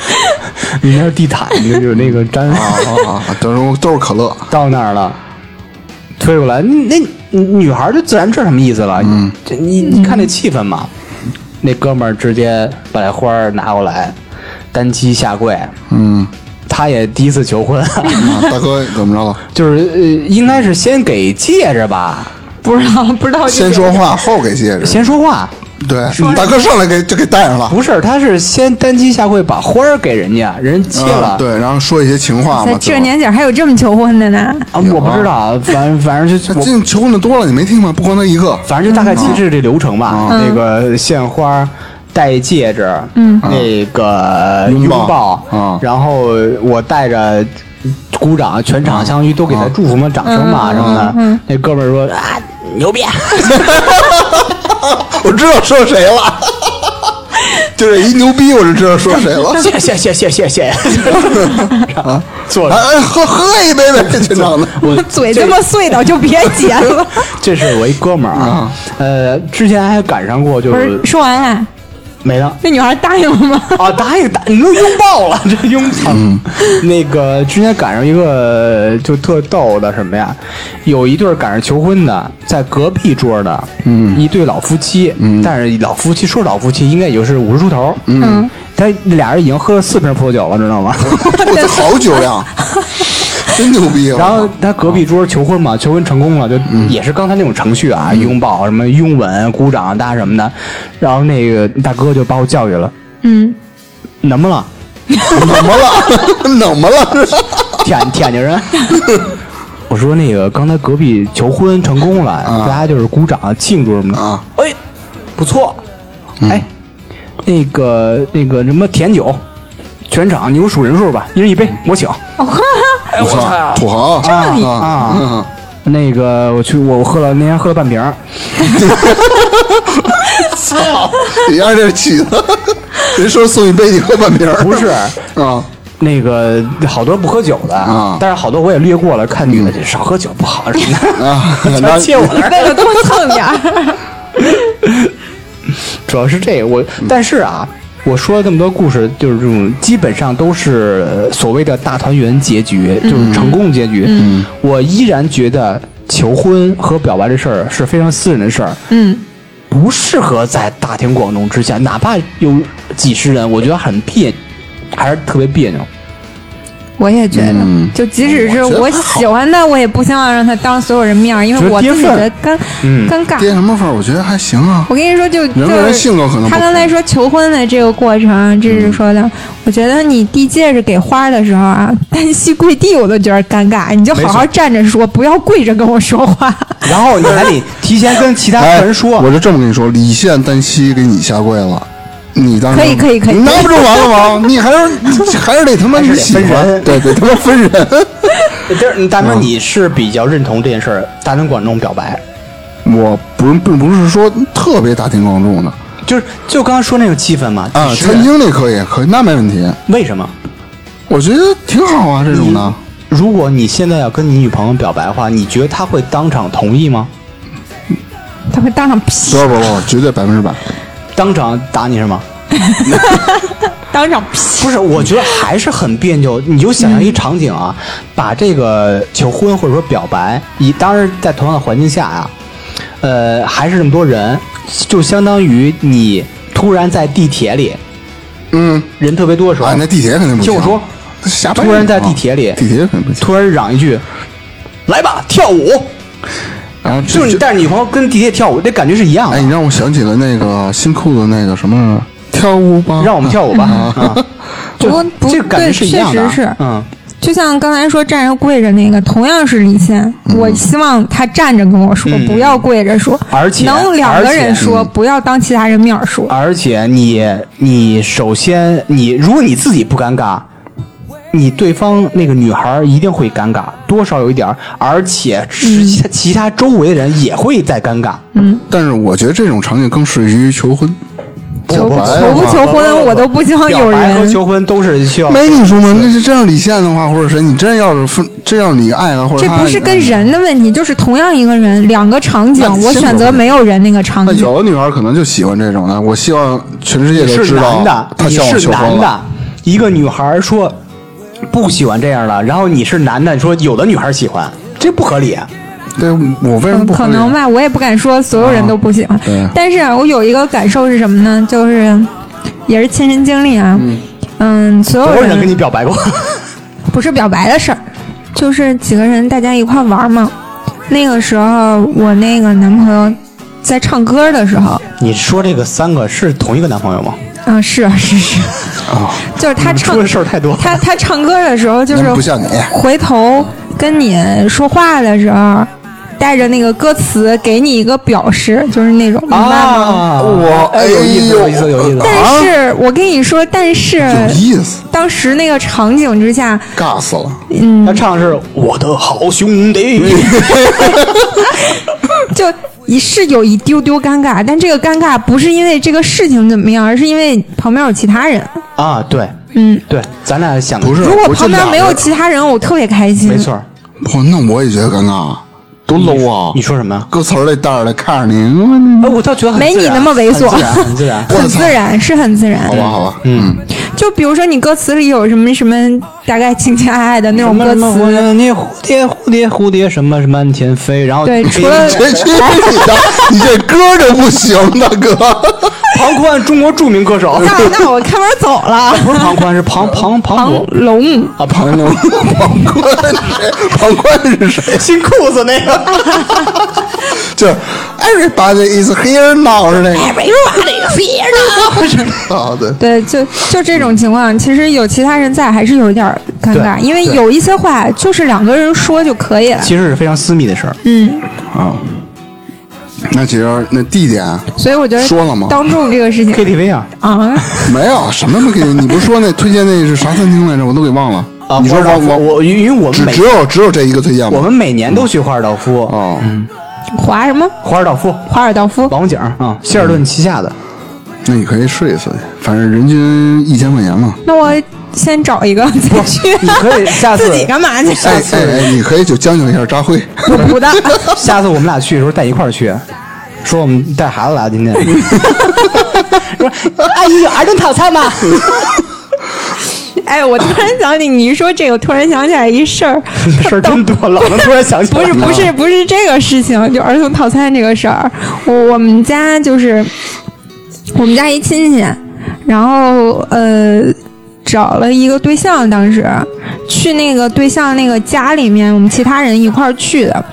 [SPEAKER 3] 你那是地毯，你有那个粘
[SPEAKER 1] 啊啊啊！都是都是可乐，
[SPEAKER 3] 到那儿了，推过来，那女孩就自然知道什么意思了。嗯，这你你看那气氛嘛，那哥们儿直接把那花儿拿过来，单膝下跪，
[SPEAKER 1] 嗯，
[SPEAKER 3] 他也第一次求婚，
[SPEAKER 1] 啊大哥怎么着了？
[SPEAKER 3] 就是呃，应该是先给戒指吧，
[SPEAKER 2] 不知道不知道
[SPEAKER 1] 先说话后给戒指，
[SPEAKER 3] 先说话。
[SPEAKER 1] 对，大哥上来给就给戴上了，
[SPEAKER 3] 不是，他是先单膝下跪把花儿给人家，人家接了。
[SPEAKER 1] 嗯对，然后说一些情话
[SPEAKER 2] 在
[SPEAKER 1] 嘛。
[SPEAKER 2] 这
[SPEAKER 1] 对吧
[SPEAKER 2] 年景还有这么求婚的呢？
[SPEAKER 3] 啊，我不知道，反正反正就
[SPEAKER 1] 那
[SPEAKER 3] 我
[SPEAKER 1] 进求婚的多了，你没听吗？不光他一个，
[SPEAKER 3] 反正就大
[SPEAKER 2] 嗯
[SPEAKER 3] 概其实是这流程吧。那个献花、戴戒指，嗯，那个
[SPEAKER 1] 拥
[SPEAKER 3] 拥
[SPEAKER 1] 抱
[SPEAKER 3] 抱，
[SPEAKER 1] 嗯
[SPEAKER 3] 然后我带着。鼓掌，全
[SPEAKER 1] 嗯
[SPEAKER 3] 场相当于都给他祝福嘛，掌声嘛
[SPEAKER 2] 嗯
[SPEAKER 3] 什么的。那哥们儿说啊， 牛逼！
[SPEAKER 1] 我知道说谁了， 就是一牛逼，我就知道说谁 了。
[SPEAKER 3] 谢谢谢谢谢 啊谢。坐
[SPEAKER 1] 哎
[SPEAKER 3] 着，
[SPEAKER 1] 哎，喝喝一杯呗，全场的。
[SPEAKER 3] 我
[SPEAKER 2] 嘴这么碎的就别 结了。
[SPEAKER 3] 这是我一哥们儿啊，
[SPEAKER 1] 嗯
[SPEAKER 3] 呃，之前还赶上过，就
[SPEAKER 2] 不是
[SPEAKER 3] 是
[SPEAKER 2] 说完了，
[SPEAKER 3] 没了。
[SPEAKER 2] 那女孩答应了吗？
[SPEAKER 3] 啊，答应答，你都拥抱了，这拥抱。嗯那个之前赶上一个就特逗的什么呀，有一对儿赶上求婚的，在隔壁桌的，嗯，一对老夫妻，嗯，但是老夫妻说老夫妻应该也就是五十出头，嗯，他俩人已经喝了四瓶葡萄酒了，知道吗？
[SPEAKER 1] 我这好酒量，真牛逼！啊
[SPEAKER 3] 然后他隔壁桌求婚嘛，求婚成功了，就也是刚才那种程序啊，拥抱什么拥吻、啊鼓掌大家什么的，然后那个大哥就把我教育了，
[SPEAKER 2] 嗯，
[SPEAKER 3] 能不能？
[SPEAKER 1] 怎么了？怎么了？
[SPEAKER 3] 舔 舔着人。我说那个刚才隔壁求婚成功了，大家就是鼓掌庆祝什么的。
[SPEAKER 1] 啊，
[SPEAKER 3] 哎，不错，哎，那个那个什么甜酒，全场你给我数人数吧，一人一杯，我请。哎
[SPEAKER 1] 我操，土豪
[SPEAKER 3] 嗯啊啊！那个我去，我我喝了那天喝了半瓶儿，
[SPEAKER 1] 操！啊你按这起的，人说送一杯，你喝半瓶儿
[SPEAKER 3] 不是
[SPEAKER 1] 啊？
[SPEAKER 3] 那个好多不喝酒的，
[SPEAKER 1] 啊
[SPEAKER 3] 但是好多我也略过了，看女的少喝酒不好什么 的
[SPEAKER 1] 啊
[SPEAKER 3] 全切我那儿
[SPEAKER 2] 为了多蹭点儿，
[SPEAKER 3] 主要是这个我，但是啊，我说了这么多故事，就是这种基本上都是呃所谓的大团圆结局，就是成功结局。嗯，我依然觉得求婚和表白这事儿是非常私人的事儿，
[SPEAKER 2] 嗯，
[SPEAKER 3] 不适合在大庭广众之下，哪怕有几十人，我觉得很别，还是特别别扭。
[SPEAKER 2] 我也觉得，
[SPEAKER 3] 嗯
[SPEAKER 2] 就即使是我喜欢的，我也不希望让他当所有人面儿，因为我自己觉得尴
[SPEAKER 3] 嗯
[SPEAKER 2] 尴尬。
[SPEAKER 1] 跌什么份儿？我觉得还行啊。
[SPEAKER 2] 我跟你说，就
[SPEAKER 1] 人和人
[SPEAKER 2] 就是
[SPEAKER 1] 性格可能不
[SPEAKER 2] 他刚才说求婚的这个过程，这是说的。
[SPEAKER 3] 嗯
[SPEAKER 2] 我觉得你递戒指给花的时候啊， 单膝跪地我都觉得尴尬，你就好好站着说，不要跪着跟我说话。
[SPEAKER 3] 然后你还得提前跟其 他
[SPEAKER 1] 哎，
[SPEAKER 3] 人说，
[SPEAKER 1] 我就这么跟你说，李现单膝给你下跪了，你当时
[SPEAKER 2] 可以可以可以
[SPEAKER 1] 那不就完了吗？你还 是还是得他妈
[SPEAKER 3] 还是
[SPEAKER 1] 你
[SPEAKER 3] 得
[SPEAKER 1] 喜
[SPEAKER 3] 分
[SPEAKER 1] 欢，
[SPEAKER 3] 人
[SPEAKER 1] 对对，他妈分人。
[SPEAKER 3] 这大明你是比较认同这件事儿，大庭广众表白。
[SPEAKER 1] 我不并不是说特别大庭广众的
[SPEAKER 3] 就是就刚刚说那种气氛嘛，
[SPEAKER 1] 啊，
[SPEAKER 3] 几十
[SPEAKER 1] 餐
[SPEAKER 3] 人
[SPEAKER 1] 厅那可以，可以，那没问题，
[SPEAKER 3] 为什么？
[SPEAKER 1] 我觉得挺好啊，这种
[SPEAKER 3] 嗯
[SPEAKER 1] 的。
[SPEAKER 3] 如果你现在要跟你女朋友表白的话，你觉得她会当场同意吗？
[SPEAKER 2] 他会当场劈，
[SPEAKER 1] 不不不，绝对百分之百。
[SPEAKER 3] 当场打你是吗？
[SPEAKER 2] 当场劈。
[SPEAKER 3] 不是，我觉得还是很别扭。你就想象一场景啊，把这个求婚或者说表白，以当然在同样的环境下啊，呃，还是这么多人，就相当于你突然在地铁里
[SPEAKER 1] 嗯，
[SPEAKER 3] 人特别多的时候，
[SPEAKER 1] 啊，那地铁肯定不行。
[SPEAKER 3] 听我说，
[SPEAKER 1] 下班
[SPEAKER 3] 突然在
[SPEAKER 1] 啊
[SPEAKER 3] 地铁里
[SPEAKER 1] 地铁肯定不行。
[SPEAKER 3] 突然嚷一句：“来吧，跳舞！”
[SPEAKER 1] 然后
[SPEAKER 3] 就是你带着女朋友跟地铁跳舞，那感觉是一样的。
[SPEAKER 1] 啊哎，你让我想起了那个新裤子那个什么跳舞吧，
[SPEAKER 3] 让我们跳舞吧。啊
[SPEAKER 2] 不过不
[SPEAKER 3] 这个感觉
[SPEAKER 2] 对
[SPEAKER 3] 是一样的啊，
[SPEAKER 2] 确实是
[SPEAKER 3] 嗯，
[SPEAKER 2] 就像刚才说站着跪着那个，同样是李现，我希望他站着跟我说，
[SPEAKER 3] 嗯
[SPEAKER 2] 不要跪着说，
[SPEAKER 3] 而且
[SPEAKER 2] 能两个人说，
[SPEAKER 3] 而啊
[SPEAKER 2] 不要当其他人面儿说。
[SPEAKER 3] 而且你你首先你如果你自己不尴尬，你对方那个女孩儿一定会尴尬，多少有一点儿，而且其他其他周围的人也会在尴尬。
[SPEAKER 1] 但是我觉得这种场景更适于求婚。
[SPEAKER 2] 求
[SPEAKER 1] 不
[SPEAKER 2] 不
[SPEAKER 1] 白
[SPEAKER 2] 求
[SPEAKER 3] 啊
[SPEAKER 2] 不
[SPEAKER 1] 吗
[SPEAKER 2] 求婚，我都不希望
[SPEAKER 3] 表
[SPEAKER 2] 哦有
[SPEAKER 3] 白和
[SPEAKER 2] 人。
[SPEAKER 3] 求婚都是需要
[SPEAKER 1] 没跟你说吗？那是真要李现的话，或者谁，你真要是分，真要你爱了，或者
[SPEAKER 2] 这
[SPEAKER 1] 他
[SPEAKER 2] 不是
[SPEAKER 1] 爱
[SPEAKER 2] 跟
[SPEAKER 1] 你
[SPEAKER 2] 人的问题，就是同样一个人，两个场景
[SPEAKER 1] 那，
[SPEAKER 2] 我
[SPEAKER 1] 性格
[SPEAKER 2] 选
[SPEAKER 1] 不
[SPEAKER 2] 择
[SPEAKER 1] 一
[SPEAKER 2] 没有人那个场
[SPEAKER 1] 那
[SPEAKER 2] 景。
[SPEAKER 1] 有的女孩可能就喜欢这种的。我希望全世界都
[SPEAKER 3] 是
[SPEAKER 1] 知
[SPEAKER 3] 男
[SPEAKER 1] 道
[SPEAKER 3] 的，
[SPEAKER 1] 她
[SPEAKER 3] 你
[SPEAKER 1] 向我
[SPEAKER 3] 是
[SPEAKER 1] 求
[SPEAKER 3] 男
[SPEAKER 1] 婚
[SPEAKER 3] 的
[SPEAKER 1] 了。，
[SPEAKER 3] 一个女孩儿说不喜欢这样的，然后你是男的，你说有的女孩儿喜欢，这不合理啊。
[SPEAKER 1] 对，我为什么
[SPEAKER 2] 嗯，
[SPEAKER 1] 不
[SPEAKER 2] 可
[SPEAKER 1] 合理
[SPEAKER 2] 能吧，我也不敢说所有人都不喜欢。
[SPEAKER 1] 对
[SPEAKER 2] 但是啊我有一个感受是什么呢？就是也是亲身经历啊，嗯，所哦有
[SPEAKER 3] 多
[SPEAKER 2] 人
[SPEAKER 3] 少人跟你表白过？
[SPEAKER 2] 不是表白的事儿，就是几个人大家一块玩儿嘛。那个时候我那个男朋友在唱歌的时候，
[SPEAKER 3] 你说这个三个是同一个男朋友 吗？
[SPEAKER 2] 嗯、是是是，
[SPEAKER 1] 哦
[SPEAKER 2] 就是他唱
[SPEAKER 3] 出的事儿太 多了。
[SPEAKER 2] 他他唱歌的时候，就是
[SPEAKER 1] 那不像你
[SPEAKER 2] 回头跟你说话的时候，带着那个歌词给你一个表示，就是那种明白吗？
[SPEAKER 3] 啊，
[SPEAKER 1] 我
[SPEAKER 3] 哎有意思，
[SPEAKER 1] 哎呦
[SPEAKER 3] 有意思，有意思。
[SPEAKER 2] 但是我跟你说，但是
[SPEAKER 1] 有意思，
[SPEAKER 2] 当时那个场景之下，
[SPEAKER 1] 尬死了。
[SPEAKER 2] 嗯
[SPEAKER 3] 他唱的是我的好兄弟，嗯
[SPEAKER 2] 就一是有一丢丢尴尬，但这个尴尬不是因为这个事情怎么样，而是因为旁边有其他人。
[SPEAKER 3] 啊，对，
[SPEAKER 2] 嗯，
[SPEAKER 3] 对，咱俩想
[SPEAKER 1] 不是
[SPEAKER 2] 如果
[SPEAKER 1] 我就
[SPEAKER 2] 旁边
[SPEAKER 1] 俩
[SPEAKER 2] 没有
[SPEAKER 1] 人
[SPEAKER 2] 其他人，我特别开心。
[SPEAKER 3] 没错儿。
[SPEAKER 1] 我那我也觉得尴尬，多 low 啊！
[SPEAKER 3] 你说什么呀？
[SPEAKER 1] 歌词儿得带着来看着你，。
[SPEAKER 3] 哎，我倒觉得很
[SPEAKER 2] 没
[SPEAKER 3] 自
[SPEAKER 2] 你
[SPEAKER 3] 然
[SPEAKER 2] 那么猥琐
[SPEAKER 3] 很自然， 很自然
[SPEAKER 1] 我
[SPEAKER 2] 很
[SPEAKER 1] 操
[SPEAKER 2] 自然，是很自然
[SPEAKER 1] 好。吧，好吧，嗯，
[SPEAKER 2] 就比如说你歌词里有什么什么，大概情情爱爱的那
[SPEAKER 3] 什
[SPEAKER 2] 种
[SPEAKER 3] 么
[SPEAKER 2] 歌
[SPEAKER 3] 什么
[SPEAKER 2] 词，
[SPEAKER 3] 蝴蝶，蝴蝶，蝴蝶，蝴蝶，什么什么漫天飞，然后
[SPEAKER 2] 对
[SPEAKER 3] 飞
[SPEAKER 2] 除了
[SPEAKER 1] 这去你的，你这歌就不行，大哥，
[SPEAKER 3] 庞宽，中国著名歌手，
[SPEAKER 2] 那 那我开门走了。
[SPEAKER 3] 不是庞宽，是庞庞庞
[SPEAKER 2] 庞
[SPEAKER 3] 博
[SPEAKER 2] 龙，
[SPEAKER 3] 啊，庞博，
[SPEAKER 1] 庞宽是谁？庞宽是谁？
[SPEAKER 3] 新裤子那个。
[SPEAKER 1] 就是 Everybody is here now 是那个，
[SPEAKER 3] 哎
[SPEAKER 1] 啊，对，
[SPEAKER 2] 对，就就这种情况，其实有其他人在还是有一点儿尴尬，
[SPEAKER 3] 对
[SPEAKER 2] 因为有一些话就是两个人说就可以了。
[SPEAKER 3] 其实是非常私密的事儿。
[SPEAKER 2] 嗯，
[SPEAKER 1] 啊，那其实那地点啊
[SPEAKER 2] 所以我觉得
[SPEAKER 1] 说了吗
[SPEAKER 2] 当众这个 事情
[SPEAKER 3] KTV 啊，
[SPEAKER 2] 啊，
[SPEAKER 1] 没有什么没给，你不是说那推荐那是啥餐厅来着？我都给忘了。
[SPEAKER 3] 啊，
[SPEAKER 1] 你说我
[SPEAKER 3] 花尔道夫
[SPEAKER 1] 我
[SPEAKER 3] 我因因为我们
[SPEAKER 1] 只
[SPEAKER 3] 每
[SPEAKER 1] 只有只有这一个推荐吗？
[SPEAKER 3] 我们每年都去华尔道夫，
[SPEAKER 1] 哦，
[SPEAKER 2] 华什么
[SPEAKER 3] 华尔道夫、
[SPEAKER 2] 华尔道夫，
[SPEAKER 3] 王府井啊，希尔顿旗下的。
[SPEAKER 1] 那你可以试一试，反正人均一千块钱嘛。
[SPEAKER 2] 那我先找一个再去。
[SPEAKER 3] 你可 以下次哎
[SPEAKER 2] 自己干嘛去？
[SPEAKER 1] 哎哎哎，你可以就将就一下扎 辉，
[SPEAKER 2] 不的，
[SPEAKER 3] 下次我们俩去的时候带一块儿去，说我们带孩子来 今天。说阿姨有儿童套餐吗？
[SPEAKER 2] 哎，我突然想起你一说这个，我突然想起来一事儿，
[SPEAKER 3] 事儿真多，老能突然想起
[SPEAKER 2] 不
[SPEAKER 3] 来。
[SPEAKER 2] 是不是不是这个事情，就儿童套餐这个事儿，我我们家就是我们家一亲戚，然后呃找了一个对象，当时去那个对象那个家里面，我们其他人一块儿去的。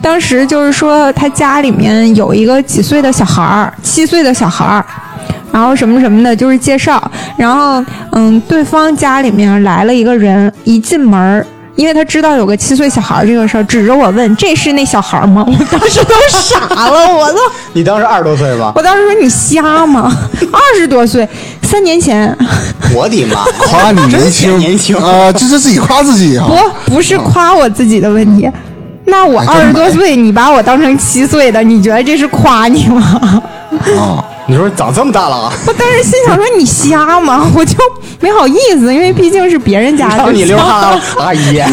[SPEAKER 2] 当时就是说他家里面有一个几岁的小孩儿，七岁的小孩儿。然后什么什么的，就是介绍。然后，嗯，对方家里面来了一个人，一进门儿，因为他知道有个七岁小孩儿这个事儿，指着我问：“这是那小孩 儿吗？”我当时都傻了，我都，
[SPEAKER 3] 你当时二十多岁吧？
[SPEAKER 2] 我当时说：“你瞎吗？二十多岁，三年前，
[SPEAKER 3] 我的妈！
[SPEAKER 1] 夸啊你年轻，
[SPEAKER 3] 真年轻
[SPEAKER 1] 啊，这是自己夸自己啊
[SPEAKER 3] 哦
[SPEAKER 2] 不。，不是夸我自己的问题。那我
[SPEAKER 1] 哎真
[SPEAKER 2] 二十多
[SPEAKER 1] 美
[SPEAKER 2] 岁，你把我当成七岁的，你觉得这是夸你 吗？”
[SPEAKER 1] 啊，
[SPEAKER 3] 你说长这么大了啊？
[SPEAKER 2] 我当时心想说：“你瞎吗？”我就没好意思，因为毕竟是别人家的。
[SPEAKER 3] 让你溜哈哎了，阿姨。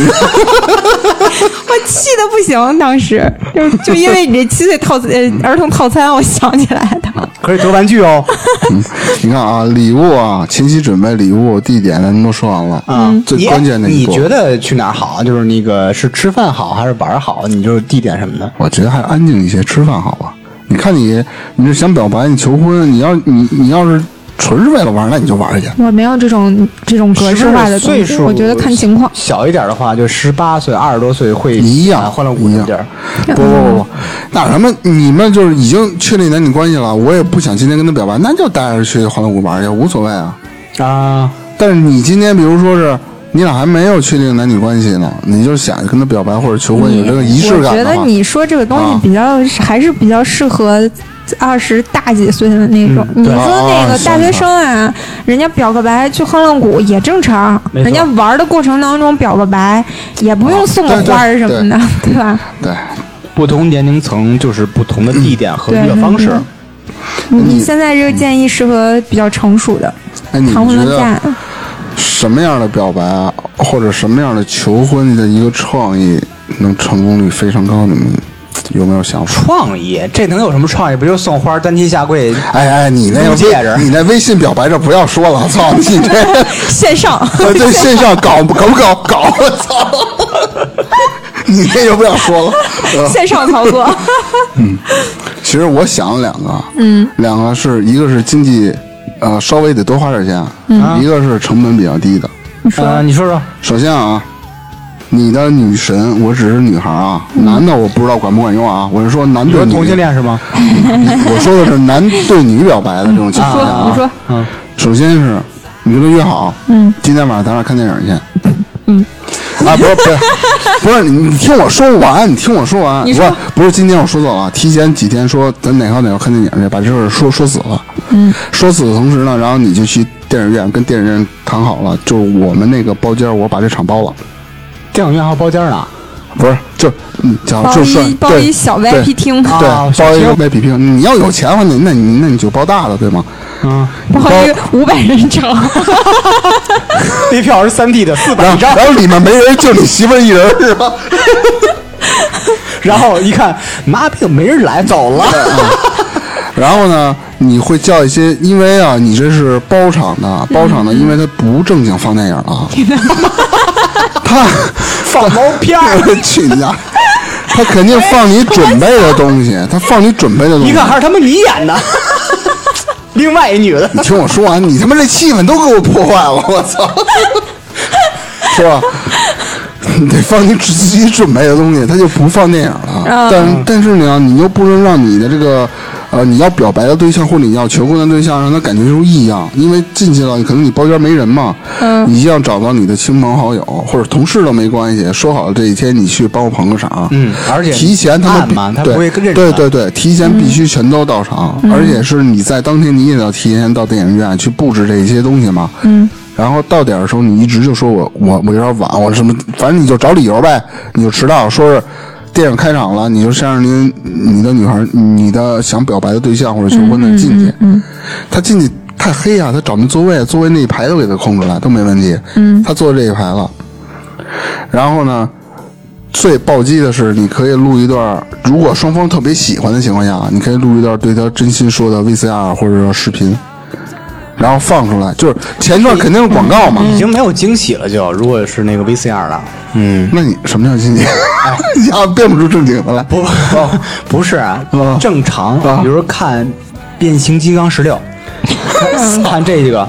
[SPEAKER 2] 我气的不行，当时就就因为你这七岁套呃儿童套餐，我想起来的。
[SPEAKER 3] 可以得玩具哦。
[SPEAKER 1] 你看啊，礼物啊，前期准备礼物、地点咱都说完了，
[SPEAKER 3] 啊，
[SPEAKER 2] 嗯
[SPEAKER 1] 最
[SPEAKER 3] 你
[SPEAKER 1] 关键的一
[SPEAKER 3] 你
[SPEAKER 1] 步，
[SPEAKER 3] 觉得去哪儿好啊？就是那个是吃饭好还是玩儿好？你就是地点什么的。
[SPEAKER 1] 我觉得还安静一些，吃饭好吧？你看你，你是想表白，你求婚，你要你你要是纯是为了玩，那你就玩去。
[SPEAKER 2] 我没有这种这种格式化的
[SPEAKER 3] 岁
[SPEAKER 2] 东西，
[SPEAKER 3] 数，
[SPEAKER 2] 我觉得看情况。
[SPEAKER 3] 小一点的话，就十八岁、二十多岁会
[SPEAKER 1] 一样
[SPEAKER 3] 啊欢乐谷
[SPEAKER 1] 一
[SPEAKER 3] 那
[SPEAKER 1] 样
[SPEAKER 3] 地儿。
[SPEAKER 2] 嗯
[SPEAKER 1] 不不不不，那什么，你们就是已经确立男女关系了，我也不想今天跟他表白，那就带着去欢乐谷玩去，无所谓啊。
[SPEAKER 3] 啊，
[SPEAKER 1] 但是你今天比如说是你俩还没有确定男女关系呢，你就想跟他表白或者求婚，有这个仪式
[SPEAKER 2] 我
[SPEAKER 1] 感
[SPEAKER 2] 觉
[SPEAKER 1] 的
[SPEAKER 2] 得
[SPEAKER 1] 话，
[SPEAKER 2] 你说这个东
[SPEAKER 1] 啊
[SPEAKER 2] 西比较、还是比较适合二十大几岁的那种。
[SPEAKER 3] 嗯
[SPEAKER 2] 你
[SPEAKER 3] 对
[SPEAKER 2] 说那
[SPEAKER 1] 啊
[SPEAKER 2] 个
[SPEAKER 1] 啊
[SPEAKER 2] 大学生啊，人家表个白去欢乐谷也正常，
[SPEAKER 3] 没错
[SPEAKER 2] 人家玩的过程当中表个白也不用送
[SPEAKER 1] 啊
[SPEAKER 2] 个
[SPEAKER 1] 对
[SPEAKER 2] 花儿
[SPEAKER 1] 对
[SPEAKER 2] 什么的，对吧？
[SPEAKER 1] 对，
[SPEAKER 3] 不同年龄层就是不同的地点和
[SPEAKER 2] 对
[SPEAKER 3] 娱乐方式。
[SPEAKER 2] 你你嗯现在这个建议适合比较成熟的
[SPEAKER 1] 哎，你
[SPEAKER 2] 谈
[SPEAKER 1] 们
[SPEAKER 2] 婚
[SPEAKER 1] 觉
[SPEAKER 2] 论
[SPEAKER 1] 得
[SPEAKER 2] 嫁。
[SPEAKER 1] 什么样的表白啊，或者什么样的求婚的一个创意能成功率非常高？你们有没有想法？
[SPEAKER 3] 创意，这能有什么创意？不就送花、单膝下跪？
[SPEAKER 1] 哎哎，你那个
[SPEAKER 3] 撸戒指
[SPEAKER 1] 微你那微信表白这不要说了，操你这
[SPEAKER 2] 线上
[SPEAKER 1] 在线上搞搞不搞搞，我操！你这就不要说了。呃
[SPEAKER 2] 线上操作，
[SPEAKER 1] 其实我想了两个，嗯，两个是一个是经济，呃，稍微得多花点钱，嗯，一个是成本比较低的。
[SPEAKER 3] 啊，你说说，
[SPEAKER 1] 首先啊，你的女神，我只是女孩啊，男的我不知道管不管用啊，我是说男
[SPEAKER 3] 你
[SPEAKER 1] 对
[SPEAKER 3] 说
[SPEAKER 1] 女，
[SPEAKER 3] 同性恋是吗？
[SPEAKER 1] 我说的是男对女表白的这种情况下
[SPEAKER 2] 说
[SPEAKER 1] 啊
[SPEAKER 2] 你。说，
[SPEAKER 3] 嗯，
[SPEAKER 1] 首先是你跟他约好，
[SPEAKER 2] 嗯，
[SPEAKER 1] 今天晚上咱俩看电影去。嗯，啊，不是不是不是，你你听我说完，你听我说完，
[SPEAKER 2] 你
[SPEAKER 1] 不
[SPEAKER 2] 说
[SPEAKER 1] 是不是，今天我说错了，提前几天说咱哪号哪号看电影去，把这事儿说说死了。嗯，说死的同时呢，然后你就去电影院跟电影院谈好了，就我们那个包间儿，我把这场包了。
[SPEAKER 3] 电影院还有包间呢，
[SPEAKER 1] 不是，就嗯，讲
[SPEAKER 2] 包
[SPEAKER 1] 就是
[SPEAKER 2] 一包
[SPEAKER 1] 对
[SPEAKER 2] 一小
[SPEAKER 1] 对
[SPEAKER 2] VIP 厅，
[SPEAKER 3] 啊
[SPEAKER 1] 对，
[SPEAKER 3] 小
[SPEAKER 1] 包一个
[SPEAKER 3] 厅
[SPEAKER 1] VIP 嗯厅。你要有钱的话，那那你那你就包大的，对吗？
[SPEAKER 3] 嗯，
[SPEAKER 2] 包一个五百人场，
[SPEAKER 1] 啊
[SPEAKER 3] 那票是三 D 的，四
[SPEAKER 1] 然
[SPEAKER 3] 百
[SPEAKER 1] 后
[SPEAKER 3] 一张，
[SPEAKER 1] 然后里面没人，就你媳妇儿一人是吧？
[SPEAKER 3] 然后一看，妈逼，没人来，走了。
[SPEAKER 1] 然后呢，你会叫一些，因为啊，你这是包场
[SPEAKER 2] 嗯
[SPEAKER 1] 的，包场的，因为他不正经放电影了，他
[SPEAKER 3] 放毛片儿，
[SPEAKER 1] 去你家，他肯定放你准备的东西，他放你准备的东西。
[SPEAKER 3] 一看还是他妈 你演的， 另外一女的，
[SPEAKER 1] 你听我说完，你他妈这气氛都给我破坏了，我操，是吧？你 得放你自己准备的东西，他就不放电影了。但但是呢，你又不能让你的这个呃，你要表白的对象或者你要求婚的对象让他感觉出异样，因为进去了，可能你包间没人嘛，嗯、你一样找到你的亲朋好友或者同事都没关系，说好了这一天你去帮我捧个场，
[SPEAKER 3] 嗯而且
[SPEAKER 1] 提前他们
[SPEAKER 3] 暗
[SPEAKER 1] 必
[SPEAKER 3] 嘛他
[SPEAKER 1] 对
[SPEAKER 3] 不会跟认识
[SPEAKER 1] 对
[SPEAKER 3] 的
[SPEAKER 1] 对对，提前必须全都到场，而且是你在当天你也要提前到电影院去布置这些东西嘛。嗯。然后到点儿的时候，你一直就说我我我有点晚，我什么，反正你就找理由呗，你就迟到，说是电影开场了，你就先让您你的女孩、你的想表白的对象或者求婚的进去。嗯。他进去太黑啊，他找那座位，座位那一排都给他空出来，都没问题。嗯。他坐这一排了，然后呢？最暴击的是，你可以录一段，如果双方特别喜欢的情况下，你可以录一段对他真心说的 VCR 或者说视频，然后放出来。就是前段肯定是广告嘛，
[SPEAKER 3] 已经没有惊喜了就。如果是那个 VCR 了，嗯，
[SPEAKER 1] 那你什么叫经济？ 呀，变不出正经的来。
[SPEAKER 3] 不不是啊
[SPEAKER 2] 哦
[SPEAKER 1] 啊，
[SPEAKER 3] 正常
[SPEAKER 1] 啊，
[SPEAKER 3] 比如说看《变形金刚十六》， 看这个，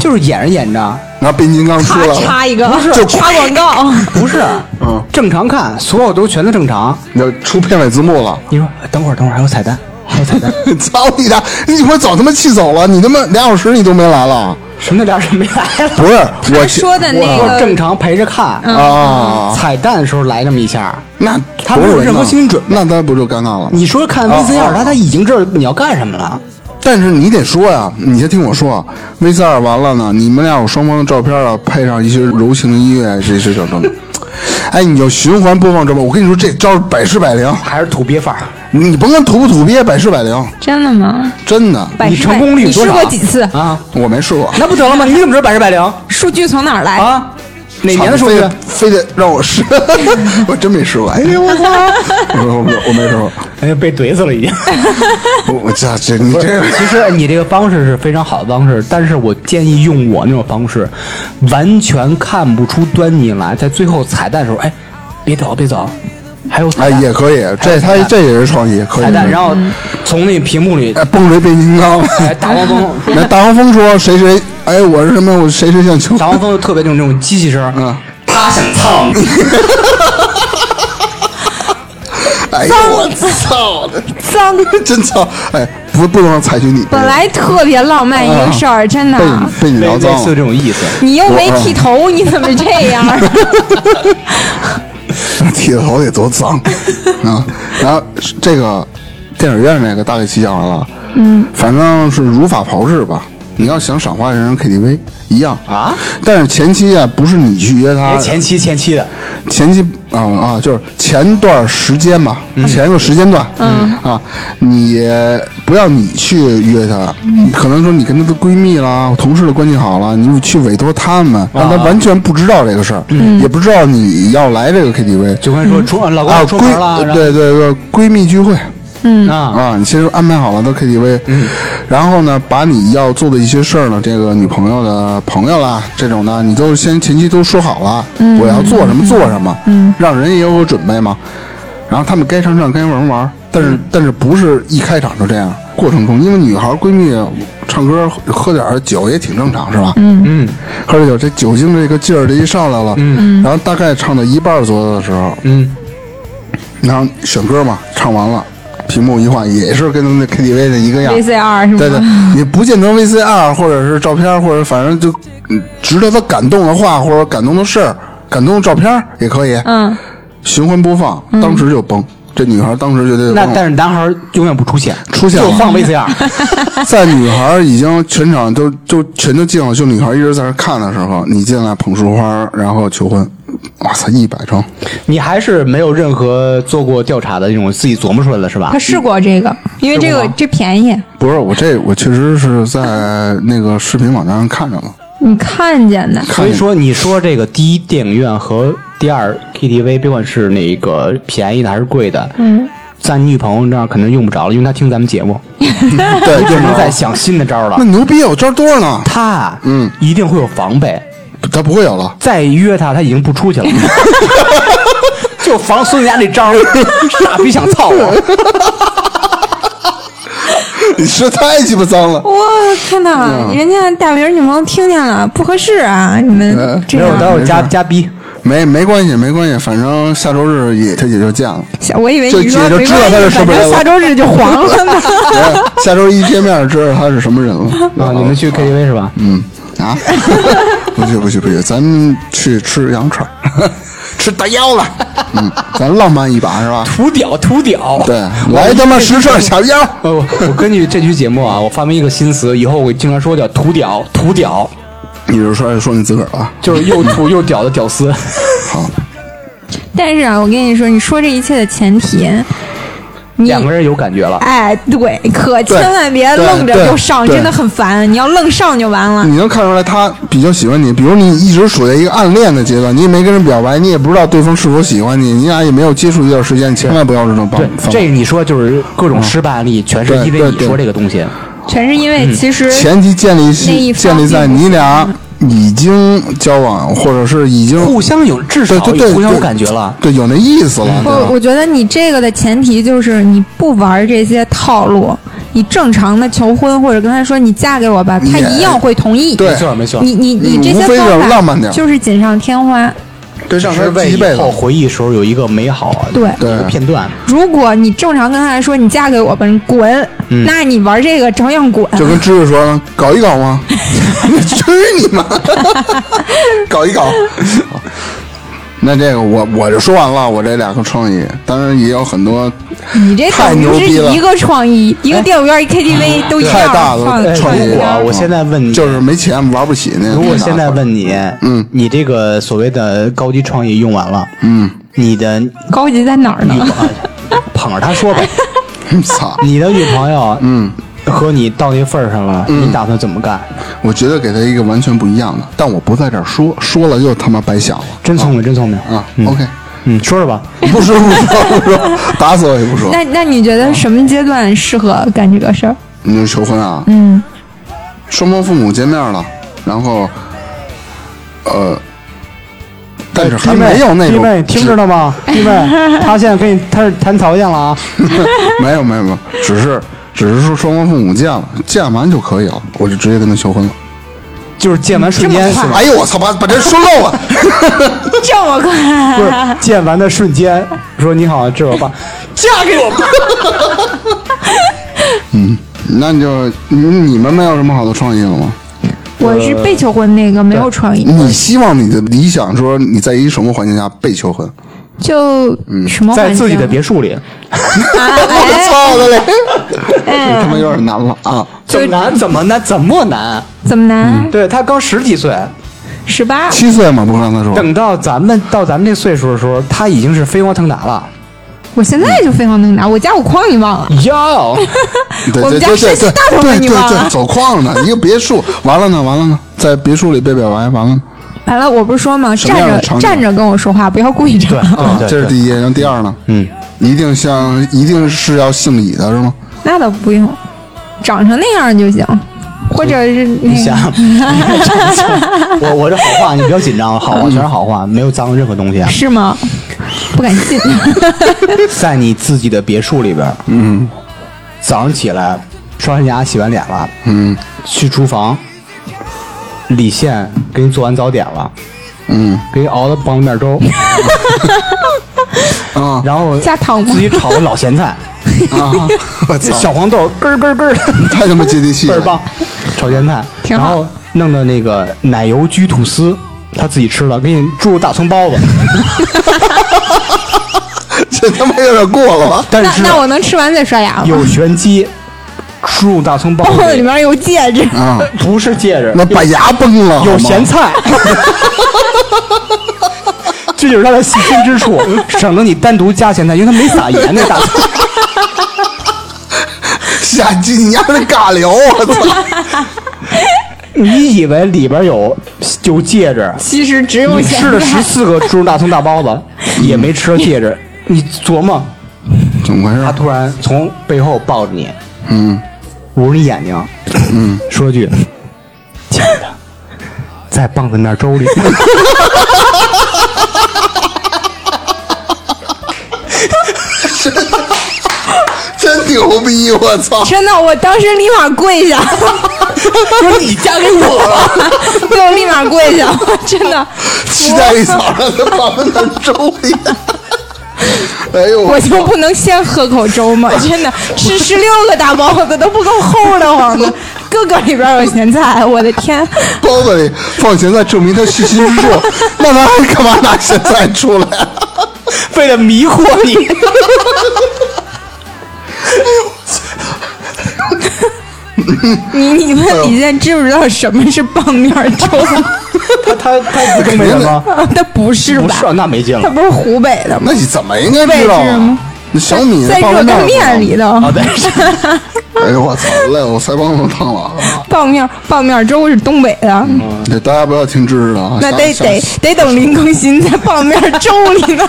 [SPEAKER 3] 就是演着演着，
[SPEAKER 1] 然后变形金刚出
[SPEAKER 2] 咔
[SPEAKER 1] 来了，
[SPEAKER 2] 插一个，插广告，
[SPEAKER 3] 不是，
[SPEAKER 2] 嗯
[SPEAKER 3] 正常看，所有都全都正常。
[SPEAKER 1] 你就出片尾字幕了。
[SPEAKER 3] 你说等会儿，等会儿还有彩蛋，还有彩 蛋，
[SPEAKER 1] 操你的！你我早他妈气走了！你他妈俩小时你都没来了，
[SPEAKER 3] 什么那俩人没来了？
[SPEAKER 1] 不是 我
[SPEAKER 2] 他说的那
[SPEAKER 3] 我正
[SPEAKER 2] 个嗯
[SPEAKER 3] 常陪着看，
[SPEAKER 1] 啊，
[SPEAKER 3] 彩蛋的时候来这么一下。
[SPEAKER 1] 那
[SPEAKER 3] 他没有任何心理准备
[SPEAKER 1] 那他不就尴尬了吗？
[SPEAKER 3] 你说
[SPEAKER 2] 哦
[SPEAKER 3] 看 VCR，
[SPEAKER 1] 啊
[SPEAKER 3] 他他已经知道你要干什么了。
[SPEAKER 1] 但是你得说呀，你先听我说啊，V 四二完了呢，你们俩有双方的照片啊，配上一些柔情的音乐，这是整整的。哎，你就循环播放这么，我跟你说，这招百试百灵，
[SPEAKER 3] 还是土鳖范儿。
[SPEAKER 1] 你甭管土不土鳖，百试百灵，
[SPEAKER 2] 真的吗？
[SPEAKER 1] 真的。
[SPEAKER 2] 百
[SPEAKER 3] 你
[SPEAKER 2] 试
[SPEAKER 3] 成
[SPEAKER 2] 百
[SPEAKER 3] 功率
[SPEAKER 2] 你
[SPEAKER 3] 多
[SPEAKER 2] 试
[SPEAKER 3] 少
[SPEAKER 2] 过几次？
[SPEAKER 3] 啊？
[SPEAKER 1] 我没试过
[SPEAKER 3] 那不得了吗？你怎么知道百试百灵
[SPEAKER 2] 数据从哪儿来？
[SPEAKER 3] 啊？哪年的数
[SPEAKER 1] 非
[SPEAKER 3] 据？
[SPEAKER 1] 得非得让我试， 我真没试过。哎呦我操！我我没我没试过，
[SPEAKER 3] 哎呀，被怼死了已经。
[SPEAKER 1] 我我这这你这
[SPEAKER 3] 其实你这个方式是非常好的方式，但是我建议用我那种方式，完全看不出端倪来，在最后彩蛋的时候，哎，别走别走，还有
[SPEAKER 1] 哎
[SPEAKER 3] 彩蛋，
[SPEAKER 1] 也嗯可以，这他这也是创意，可以
[SPEAKER 3] 彩。哎蛋，然后从那屏幕里
[SPEAKER 1] 哎，蹦出一变形金 刚，
[SPEAKER 3] 哎大黄蜂，
[SPEAKER 1] 那大黄蜂说谁谁，哎我是什么我谁谁像球
[SPEAKER 3] 大黄蜂就特别那种那种机器声，
[SPEAKER 1] 嗯
[SPEAKER 3] 他想操你，
[SPEAKER 1] 哎呦我操的，
[SPEAKER 2] 脏！
[SPEAKER 1] 真操！哎，不不能采取你
[SPEAKER 2] 本来特别浪漫一个事儿，真的
[SPEAKER 1] 啊被。你被你
[SPEAKER 3] 类
[SPEAKER 1] 聊啊
[SPEAKER 3] 类
[SPEAKER 1] 脏
[SPEAKER 3] 似这
[SPEAKER 1] 了，
[SPEAKER 3] 种意思。
[SPEAKER 2] 你又没剃头，你怎么这 样？
[SPEAKER 1] 啊 剃了头得多 脏啊！然后这个电影院那个大概期讲完了，嗯，反正是如法炮制吧。你要想赏花人人 KTV 一样
[SPEAKER 3] 啊，
[SPEAKER 1] 但是前期啊，不是你去约他
[SPEAKER 3] 哎，，前期前期的，
[SPEAKER 1] 前期啊啊，就是前段时间吧，前个时间段，嗯啊，你不要你去约她，可能说你跟她的闺蜜啦、同事的关系好了，你去委托他们，让她完全不知道这个事儿，也不知道你要来这个 KTV
[SPEAKER 3] 就跟说出老公
[SPEAKER 1] 啊，
[SPEAKER 3] 要出门
[SPEAKER 1] 闺
[SPEAKER 3] 了，然后
[SPEAKER 1] 对对对，闺蜜聚会
[SPEAKER 3] 啊，嗯
[SPEAKER 1] 啊，你先说安排好了到 KTV，然后呢，把你要做的一些事儿呢，这个女朋友的朋友啦，这种的，你都先前期都说好了，
[SPEAKER 3] 嗯
[SPEAKER 1] 我要做什么做什么，嗯，让人也有个准备嘛。然后他们该唱唱，该玩玩，但
[SPEAKER 3] 嗯
[SPEAKER 1] 是、但是不是一开场就这样？过程中，因为女孩闺蜜唱歌喝点儿酒也挺正常，是吧？嗯嗯，喝点酒，这酒精这个劲儿这一上来了，嗯，然后大概唱到一半儿左右的时候，
[SPEAKER 3] 嗯，
[SPEAKER 1] 然后选歌嘛，唱完了，屏幕一换，也是跟那 KTV 的一个样。
[SPEAKER 2] VCR 是吗？
[SPEAKER 1] 对对，也不见得 VCR 或者是照片，或者反正就嗯值得他感动的话，或者感动的事儿、感动的照片儿也可以。
[SPEAKER 2] 嗯，
[SPEAKER 1] 循环播放，当时就崩。这女孩当时就得
[SPEAKER 3] 那
[SPEAKER 1] 崩了
[SPEAKER 3] 但是男孩儿永远不出现，
[SPEAKER 1] 出现了
[SPEAKER 3] 就放 VCR，
[SPEAKER 1] 在女孩已经全场都就全都静了，就女孩一直在那看的时候，你进来捧束花，然后求婚，哇塞，一百成！
[SPEAKER 3] 你还是没有任何做过调查的那种自己琢磨出来的是吧
[SPEAKER 2] 他？试过这个，因为这
[SPEAKER 3] 试过
[SPEAKER 2] 个
[SPEAKER 3] 吗
[SPEAKER 2] 这便宜，
[SPEAKER 1] 不是我这我确实是在那个视频网站上看着了，
[SPEAKER 2] 你看见的，
[SPEAKER 1] 看
[SPEAKER 3] 所以
[SPEAKER 1] 见
[SPEAKER 3] 说，你说这个第一电影院和第二 KTV，别管是那个便宜的还是贵的，嗯，在你女朋友那儿肯定用不着了，因为她听咱们节目，
[SPEAKER 1] 对，
[SPEAKER 3] 不
[SPEAKER 1] 就
[SPEAKER 3] 能
[SPEAKER 1] 是
[SPEAKER 3] 再想新的招儿
[SPEAKER 1] 那
[SPEAKER 3] 了。
[SPEAKER 1] 牛逼有招多呢，
[SPEAKER 3] 她
[SPEAKER 1] 嗯，
[SPEAKER 3] 一定会有防备，
[SPEAKER 1] 他不会有 了。
[SPEAKER 3] 再约她，她已经不出 去了，就防孙家那招儿，傻逼想操我。
[SPEAKER 1] 你说太鸡巴脏了。
[SPEAKER 2] 我看到
[SPEAKER 1] 啊
[SPEAKER 2] 了，人家大玲儿女朋友听见了，不合适啊，你
[SPEAKER 1] 呃
[SPEAKER 2] 们这
[SPEAKER 3] 没有，待
[SPEAKER 2] 样。
[SPEAKER 3] 会儿加加逼。
[SPEAKER 1] 没没关系，没关系，反正下周日也他也就 见了。
[SPEAKER 2] 下我以为
[SPEAKER 1] 就
[SPEAKER 2] 你说
[SPEAKER 1] 姐就
[SPEAKER 2] 没
[SPEAKER 1] 知道
[SPEAKER 2] 关
[SPEAKER 1] 他
[SPEAKER 2] 系
[SPEAKER 1] 是什
[SPEAKER 2] 反
[SPEAKER 1] 么人
[SPEAKER 2] 正
[SPEAKER 1] 了
[SPEAKER 2] 下周日就黄了呢。
[SPEAKER 1] 对下周一见面就知道他是什么人了
[SPEAKER 3] 啊，你们去 KTV 是吧？
[SPEAKER 1] 嗯啊， 不去不去不去，咱们去吃羊串儿， 吃大腰子， 嗯，咱浪漫一把是 吧？
[SPEAKER 3] 土屌，土屌。
[SPEAKER 1] 对，来他妈十串小腰，
[SPEAKER 3] 呃，我 我根据这期节目啊，我发明一个新词，以后我经常说叫“土屌”，土屌
[SPEAKER 1] 你就说说你自个儿吧。
[SPEAKER 3] 就是又土又屌的屌丝。
[SPEAKER 1] 好，
[SPEAKER 2] 但是啊，我跟你说，你说这一切的前提，你
[SPEAKER 3] 两个人有感觉了，
[SPEAKER 2] 哎，对，可千万别
[SPEAKER 1] 对
[SPEAKER 2] 愣着
[SPEAKER 1] 对
[SPEAKER 2] 就上，
[SPEAKER 1] 对嗯
[SPEAKER 2] 真的很烦。你要愣上就完了。
[SPEAKER 1] 你能看出来他比较喜欢你，比如你一直处在一个暗恋的阶段，你也没跟人表白，你也不知道对方是否喜欢你，你俩也没有接触一段时间，你千万不要这种方
[SPEAKER 3] 对，
[SPEAKER 1] 方
[SPEAKER 3] 这你说就是各种失败案例，全是
[SPEAKER 1] 嗯对
[SPEAKER 3] 因为
[SPEAKER 1] 对
[SPEAKER 3] 你
[SPEAKER 1] 对
[SPEAKER 3] 说这个东西。
[SPEAKER 2] 全是因为其实
[SPEAKER 1] 嗯前提建立
[SPEAKER 2] 那一
[SPEAKER 1] 是
[SPEAKER 2] 方
[SPEAKER 1] 建立在你俩已经交往，或者是已经
[SPEAKER 3] 互相有，至少
[SPEAKER 1] 对对对
[SPEAKER 3] 互相有
[SPEAKER 1] 对
[SPEAKER 3] 感觉了。
[SPEAKER 1] 对有那意思了，对
[SPEAKER 2] 我
[SPEAKER 1] 吧？
[SPEAKER 2] 我觉得你这个的前提就是你不玩这些套路，你正常的求婚或者跟他说你嫁给我吧，他
[SPEAKER 1] 也
[SPEAKER 2] 一样会同意。
[SPEAKER 1] 对
[SPEAKER 3] 没错，没错。
[SPEAKER 2] 你你你这
[SPEAKER 1] 无非
[SPEAKER 2] 些
[SPEAKER 1] 就是
[SPEAKER 2] 方法
[SPEAKER 1] 浪漫点儿
[SPEAKER 2] 就是锦上添花。
[SPEAKER 1] 对
[SPEAKER 3] 只
[SPEAKER 1] 上
[SPEAKER 3] 是
[SPEAKER 1] 他
[SPEAKER 3] 为
[SPEAKER 1] 记一辈
[SPEAKER 3] 以
[SPEAKER 1] 子
[SPEAKER 3] 后，回忆时候有一个美好
[SPEAKER 2] 对
[SPEAKER 3] 有一个片段。
[SPEAKER 2] 如果你正常跟他说你嫁给我吧，你滚，
[SPEAKER 3] 嗯
[SPEAKER 2] 那你玩这个照样滚。
[SPEAKER 1] 就跟知识说搞一搞 吗？去你妈！ 搞一搞。那这个我我就说完了，我这两个创意，当然也有很多
[SPEAKER 2] 你这
[SPEAKER 1] 太
[SPEAKER 2] 等
[SPEAKER 1] 牛
[SPEAKER 2] 于
[SPEAKER 1] 逼了哎
[SPEAKER 2] 是一个创意，一个电影院、一 KTV 都一
[SPEAKER 1] 太
[SPEAKER 2] 样
[SPEAKER 1] 大
[SPEAKER 2] 放
[SPEAKER 1] 了，哎创意
[SPEAKER 2] 放一
[SPEAKER 3] 哎如
[SPEAKER 2] 样
[SPEAKER 3] 果我现在问你
[SPEAKER 1] 就是没钱玩不起那个。
[SPEAKER 3] 嗯如果现在问你，
[SPEAKER 1] 嗯，
[SPEAKER 3] 你这个所谓的高级创意用完了，
[SPEAKER 1] 嗯，
[SPEAKER 3] 你的女
[SPEAKER 2] 高级在哪儿呢？
[SPEAKER 3] 朋友捧着他 说吧，
[SPEAKER 1] 操，
[SPEAKER 3] 你的女朋友，嗯，和你到那份儿上了，
[SPEAKER 1] 嗯
[SPEAKER 3] 你打算怎么干？
[SPEAKER 1] 我觉得给他一个完全不一样的，但我不在这儿说，说了又他妈白想了。
[SPEAKER 3] 真聪明，真聪明
[SPEAKER 1] 啊
[SPEAKER 3] 嗯
[SPEAKER 1] ，OK，
[SPEAKER 3] 嗯，说说吧，
[SPEAKER 1] 不说不说不说，打死我也不说。
[SPEAKER 2] 那那你觉得什么阶段适合干这个事儿？
[SPEAKER 1] 你就求婚啊？
[SPEAKER 2] 嗯，
[SPEAKER 1] 双方父母见面了，然后，呃，但是还没有那
[SPEAKER 3] 弟
[SPEAKER 1] 种
[SPEAKER 3] 妹，听着呢 吗？弟妹，他现在跟你他是谈条件了啊，
[SPEAKER 1] 没有没有没有，只是只是说双方父母见了，见完就可以了，我就直接跟他求婚了。
[SPEAKER 3] 就是见完瞬间是吧？
[SPEAKER 1] 哎呦我操，把把这说漏了，
[SPEAKER 2] 这么快？
[SPEAKER 3] 不是 见完的瞬间，说你好，这是我爸， 嫁给我吧。
[SPEAKER 1] 那你就你你们没有什么好的创意了吗？
[SPEAKER 2] 我
[SPEAKER 1] 呃
[SPEAKER 2] 是被求婚那个，没有创意，
[SPEAKER 1] 你希望你的理想说你在一什么环境下被求婚？
[SPEAKER 2] 就
[SPEAKER 1] 嗯
[SPEAKER 2] 什么
[SPEAKER 3] 在
[SPEAKER 2] 环境
[SPEAKER 3] 自己的别墅里，
[SPEAKER 1] 我操 的嘞，这他妈有点难了啊！
[SPEAKER 3] 怎么难？怎么难？怎么难？
[SPEAKER 2] 怎么
[SPEAKER 1] 嗯
[SPEAKER 2] 难？
[SPEAKER 3] 对他刚十几岁，
[SPEAKER 2] 十八，
[SPEAKER 1] 七岁嘛，不是刚才说
[SPEAKER 3] 等到咱们到咱们这岁数的时候，他已经是飞黄腾达了。
[SPEAKER 2] 我现在就飞黄腾达，我家我框你忘了。
[SPEAKER 3] 哟，
[SPEAKER 1] 对
[SPEAKER 2] 我
[SPEAKER 1] 对
[SPEAKER 2] 们家
[SPEAKER 1] 对对
[SPEAKER 2] 山西
[SPEAKER 1] 对
[SPEAKER 2] 大同
[SPEAKER 1] 对
[SPEAKER 2] 给你
[SPEAKER 1] 对
[SPEAKER 2] 忘
[SPEAKER 1] 对，
[SPEAKER 2] 了
[SPEAKER 1] 走矿呢，一个别墅，完了呢，完了呢，在别墅里被表白，完了呢，
[SPEAKER 2] 完哎了，我不是说吗？
[SPEAKER 1] 什么
[SPEAKER 2] 站
[SPEAKER 1] 样的
[SPEAKER 2] 着
[SPEAKER 1] 场景
[SPEAKER 2] 站着跟我说话，不要故意 站。
[SPEAKER 1] 啊
[SPEAKER 3] 啊，
[SPEAKER 1] 这是
[SPEAKER 3] 一，
[SPEAKER 1] 第一，然后第二呢，
[SPEAKER 3] 嗯，
[SPEAKER 1] 一定像一定是要姓李的是吗？
[SPEAKER 2] 那倒不用，长成那样就行，或者是
[SPEAKER 3] 你
[SPEAKER 2] 那
[SPEAKER 3] 想
[SPEAKER 2] 个，
[SPEAKER 3] 我我这好话，你不要紧张，好话全是好话，没有脏任何东西啊。
[SPEAKER 2] 是吗？不敢信。
[SPEAKER 3] 在你自己的别墅里边，嗯，早上起来刷完牙、洗完脸了，
[SPEAKER 1] 嗯
[SPEAKER 3] 去厨房，李现给你做完早点了，
[SPEAKER 1] 嗯
[SPEAKER 3] 给你熬的棒子面粥，
[SPEAKER 1] 啊
[SPEAKER 3] 然后
[SPEAKER 2] 加糖吗
[SPEAKER 3] 自己炒的老咸菜，
[SPEAKER 1] 啊！ 我操，
[SPEAKER 3] 小黄豆咯儿咯儿咯儿 的
[SPEAKER 1] 太他妈接地气
[SPEAKER 3] 倍儿
[SPEAKER 1] 了
[SPEAKER 3] 棒，炒咸菜，
[SPEAKER 2] 挺
[SPEAKER 3] 然
[SPEAKER 2] 好
[SPEAKER 3] 后弄的那个奶油焗吐司，他自己吃了，给你注入大葱包子，
[SPEAKER 1] 这他妈有点过了吧？
[SPEAKER 3] 但
[SPEAKER 2] 那
[SPEAKER 3] 是
[SPEAKER 2] 那我能吃完再刷牙 吗？
[SPEAKER 3] 有玄机，注入大葱包
[SPEAKER 2] 包子
[SPEAKER 3] 子
[SPEAKER 2] 哦里面有戒指，
[SPEAKER 1] 啊，
[SPEAKER 3] 不是戒指，
[SPEAKER 1] 那把牙崩了，
[SPEAKER 3] 有
[SPEAKER 1] 好吗
[SPEAKER 3] 咸 菜。这就是它的细心之处，省得你单独加咸菜，因为它没撒盐那大葱。
[SPEAKER 1] 下鸡你丫的尬聊，我操！
[SPEAKER 3] 你以为里边有有戒指？
[SPEAKER 2] 其实只有
[SPEAKER 3] 你
[SPEAKER 2] 咸
[SPEAKER 3] 吃 了十
[SPEAKER 2] 菜。
[SPEAKER 3] 四个猪肉大葱大包子，也没吃到戒指。你琢磨，
[SPEAKER 1] 怎么回
[SPEAKER 3] 他
[SPEAKER 1] 事？
[SPEAKER 3] 突然从背后抱着你，
[SPEAKER 1] 嗯
[SPEAKER 3] 捂着你眼睛，嗯，说句：“亲爱的，在棒子面粥里。”
[SPEAKER 1] 真牛逼，我操！
[SPEAKER 2] 真的，我当时立马跪下，
[SPEAKER 3] 说你嫁给我了，
[SPEAKER 2] 对，我立马跪下，真的，
[SPEAKER 1] 期待一早上他把那粥 里。哎呦，
[SPEAKER 2] 我
[SPEAKER 1] 我
[SPEAKER 2] 就不能先喝口粥 吗？真的，吃十六个大包子都不够齁的慌的，个个里边有咸菜，我的天！
[SPEAKER 1] 包子里放咸菜，证明他细心之 处。那他还干嘛拿咸菜出来？
[SPEAKER 3] 为了迷惑你。
[SPEAKER 2] 你你
[SPEAKER 3] 哎
[SPEAKER 2] 问李健知不知道什么是棒面粥？
[SPEAKER 3] 他他他不东北人吗？
[SPEAKER 2] 他不是
[SPEAKER 3] 不
[SPEAKER 2] 吧？
[SPEAKER 3] 是，那没劲
[SPEAKER 2] 他
[SPEAKER 3] 了。
[SPEAKER 2] 不是湖北的吗？
[SPEAKER 1] 那你怎么应该知道
[SPEAKER 2] 位置
[SPEAKER 1] 啊？
[SPEAKER 2] 吗
[SPEAKER 1] 那小米
[SPEAKER 2] 在
[SPEAKER 1] 放
[SPEAKER 2] 热干
[SPEAKER 1] 那
[SPEAKER 2] 面里。头，
[SPEAKER 3] 啊，对，
[SPEAKER 1] 哎呦我操！累，我腮帮子烫了。
[SPEAKER 2] 棒面棒面粥是东北的，
[SPEAKER 3] 嗯
[SPEAKER 1] 这大家不要听知识的啊。
[SPEAKER 2] 那
[SPEAKER 1] 想
[SPEAKER 2] 得
[SPEAKER 1] 想
[SPEAKER 2] 得得等林更新在棒面粥 里呢，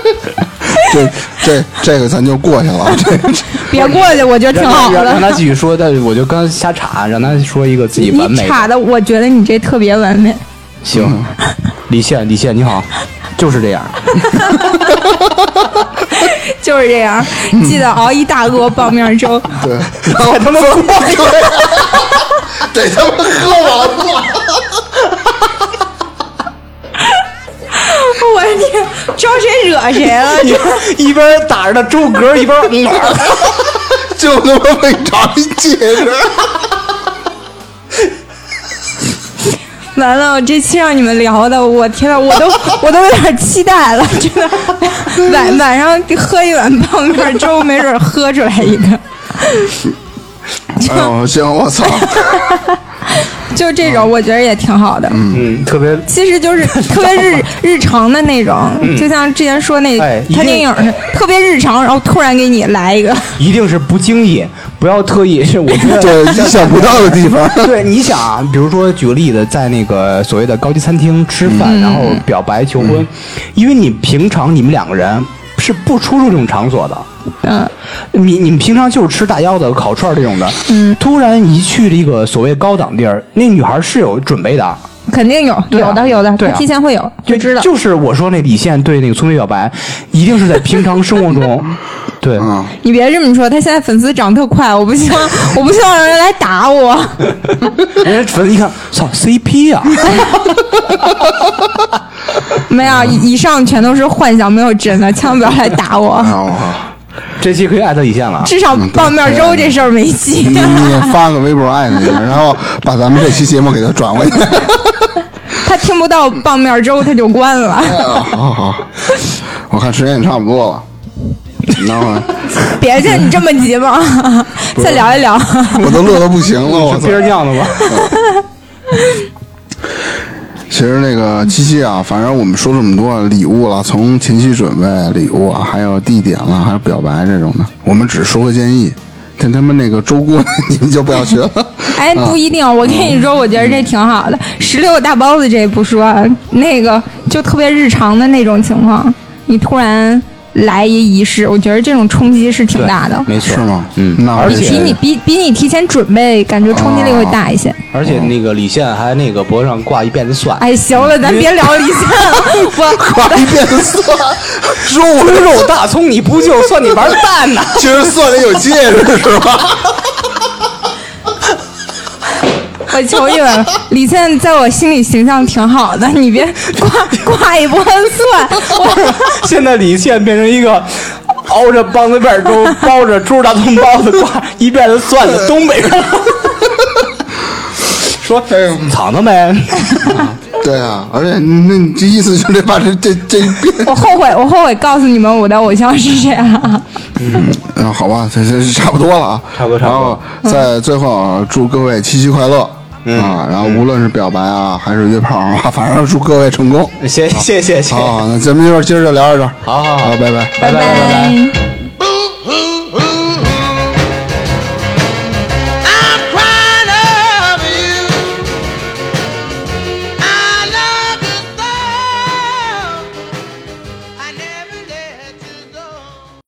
[SPEAKER 1] 这这这个咱就过去了。 这这
[SPEAKER 2] 别过去，我觉得挺好
[SPEAKER 3] 让让
[SPEAKER 2] 的。
[SPEAKER 3] 他继续说，但是我就刚才瞎插，让他说一个自己完
[SPEAKER 2] 你
[SPEAKER 3] 美的。
[SPEAKER 2] 插的，我觉得你这特别完美。
[SPEAKER 3] 行，李现，李现你 好，就是这样。
[SPEAKER 2] 就是这样，
[SPEAKER 3] 嗯
[SPEAKER 2] 记得熬一大锅棒面 粥。
[SPEAKER 1] 对，
[SPEAKER 3] 还他妈
[SPEAKER 1] 得他妈喝完了。
[SPEAKER 2] 我的天，招谁惹谁了？这
[SPEAKER 3] 一边打着周嗝，一边哪儿？
[SPEAKER 1] 就他妈为长一戒指，
[SPEAKER 2] 完了，我这期让你们聊的，我天呐，我 都我都有点期待了，真的。 晚晚上喝一碗棒面粥，没准喝出来一个。
[SPEAKER 1] 哎呦，行，我 操，
[SPEAKER 2] 就这种，我觉得也挺好的。
[SPEAKER 3] 啊嗯，特别
[SPEAKER 2] 其实 就是特别日日常的那种，就像之前说那
[SPEAKER 3] 哎
[SPEAKER 2] 看
[SPEAKER 3] 一定
[SPEAKER 2] 电影似的，特别日常，然后突然给你来一个。
[SPEAKER 3] 一定是不经意，不要特意。是我觉得
[SPEAKER 1] 对，意想不到的地 方，
[SPEAKER 3] 对，你想啊，比如说举个例子，在那个所谓的高级餐厅吃饭，然后表白求婚，因为你平常你们两个人是不出入这种场所的。
[SPEAKER 2] 嗯，
[SPEAKER 3] 你你们平常就是吃大腰子、烤串儿这种的，嗯，突然一去这个所谓高档地儿，那女孩是有准备的，
[SPEAKER 2] 肯定有，
[SPEAKER 3] 对啊
[SPEAKER 2] 有的有的，
[SPEAKER 3] 对啊
[SPEAKER 2] 他提前会有，就知道。
[SPEAKER 3] 就是我说那李现对那个聪明表白，一定是在平常生活中，对，
[SPEAKER 1] 嗯，
[SPEAKER 2] 你别这么说，他现在粉丝涨特快，我不希 望，我不希望有人来打我。
[SPEAKER 3] 人家粉丝一看，操 CP 啊，
[SPEAKER 2] 没有，以以上全都是幻想，没有真的，千万不要来打我。
[SPEAKER 1] 哎我靠，
[SPEAKER 3] 这期可以艾特李现了啊，
[SPEAKER 2] 至少棒面粥这事儿没戏
[SPEAKER 1] 你。你也发个微博艾特一下，然后把咱们这期节目给他转过去，
[SPEAKER 2] 他听不到棒面粥，他就关了。
[SPEAKER 1] 好好好，我看时间也差不多了。然后
[SPEAKER 2] 别介，你这么急吗？ 再聊一聊。
[SPEAKER 1] 我都乐得不行了，我
[SPEAKER 3] 是
[SPEAKER 1] 操
[SPEAKER 3] 憋！着尿呢吧？
[SPEAKER 1] 其实那个七夕啊，反正我们说这么多啊礼物了，从前期准备礼物啊，还有地点了，还有表白这种的，我们只说个建议。但他们那个周姑， 你们就不要学了。
[SPEAKER 2] 哎，不一定。我跟你说，我觉得这挺好的。十六大包子这不说，那个就特别日常的那种情况，你突然来一仪式，我觉得这种冲击是挺大的，
[SPEAKER 3] 没错，
[SPEAKER 1] 是吗？
[SPEAKER 3] 嗯，
[SPEAKER 1] 那我
[SPEAKER 3] 而
[SPEAKER 1] 得
[SPEAKER 3] 且
[SPEAKER 2] 比你比比你提前准备，感觉冲击力会大一些。
[SPEAKER 1] 啊
[SPEAKER 3] 而且那个李现还那个脖子上挂一辫子蒜，
[SPEAKER 2] 哎，行了，咱别聊李现 了，我
[SPEAKER 1] 挂一遍蒜，说
[SPEAKER 3] 猪
[SPEAKER 1] 我
[SPEAKER 3] 肉大葱你不就算你玩蛋呐？
[SPEAKER 1] 其实蒜里有戒指是吧？
[SPEAKER 2] 我求你了，李现在我心里形象挺好的，你别挂 挂一波蒜，我
[SPEAKER 3] 现在李现变成一个熬着棒子面粥，包着猪肉大葱包子挂一辫子蒜的东北人，说藏他呗。
[SPEAKER 1] 对啊，而且那你这意思就得把这这这一遍，
[SPEAKER 2] 我后悔，我后悔告诉你们我的偶像是谁啊！
[SPEAKER 1] 嗯，好吧，这这差不多了啊，
[SPEAKER 3] 差不多差不多
[SPEAKER 1] 然
[SPEAKER 3] 嗯
[SPEAKER 1] 后在最后啊祝各位七夕快乐。啊，然后无论是表白啊，还是约炮啊，反正祝各位成功。
[SPEAKER 3] 谢谢谢谢谢，
[SPEAKER 1] 哦好，那咱们一会儿接着聊到这儿。
[SPEAKER 3] 好好好
[SPEAKER 1] 拜拜。
[SPEAKER 3] 拜拜拜拜
[SPEAKER 2] 拜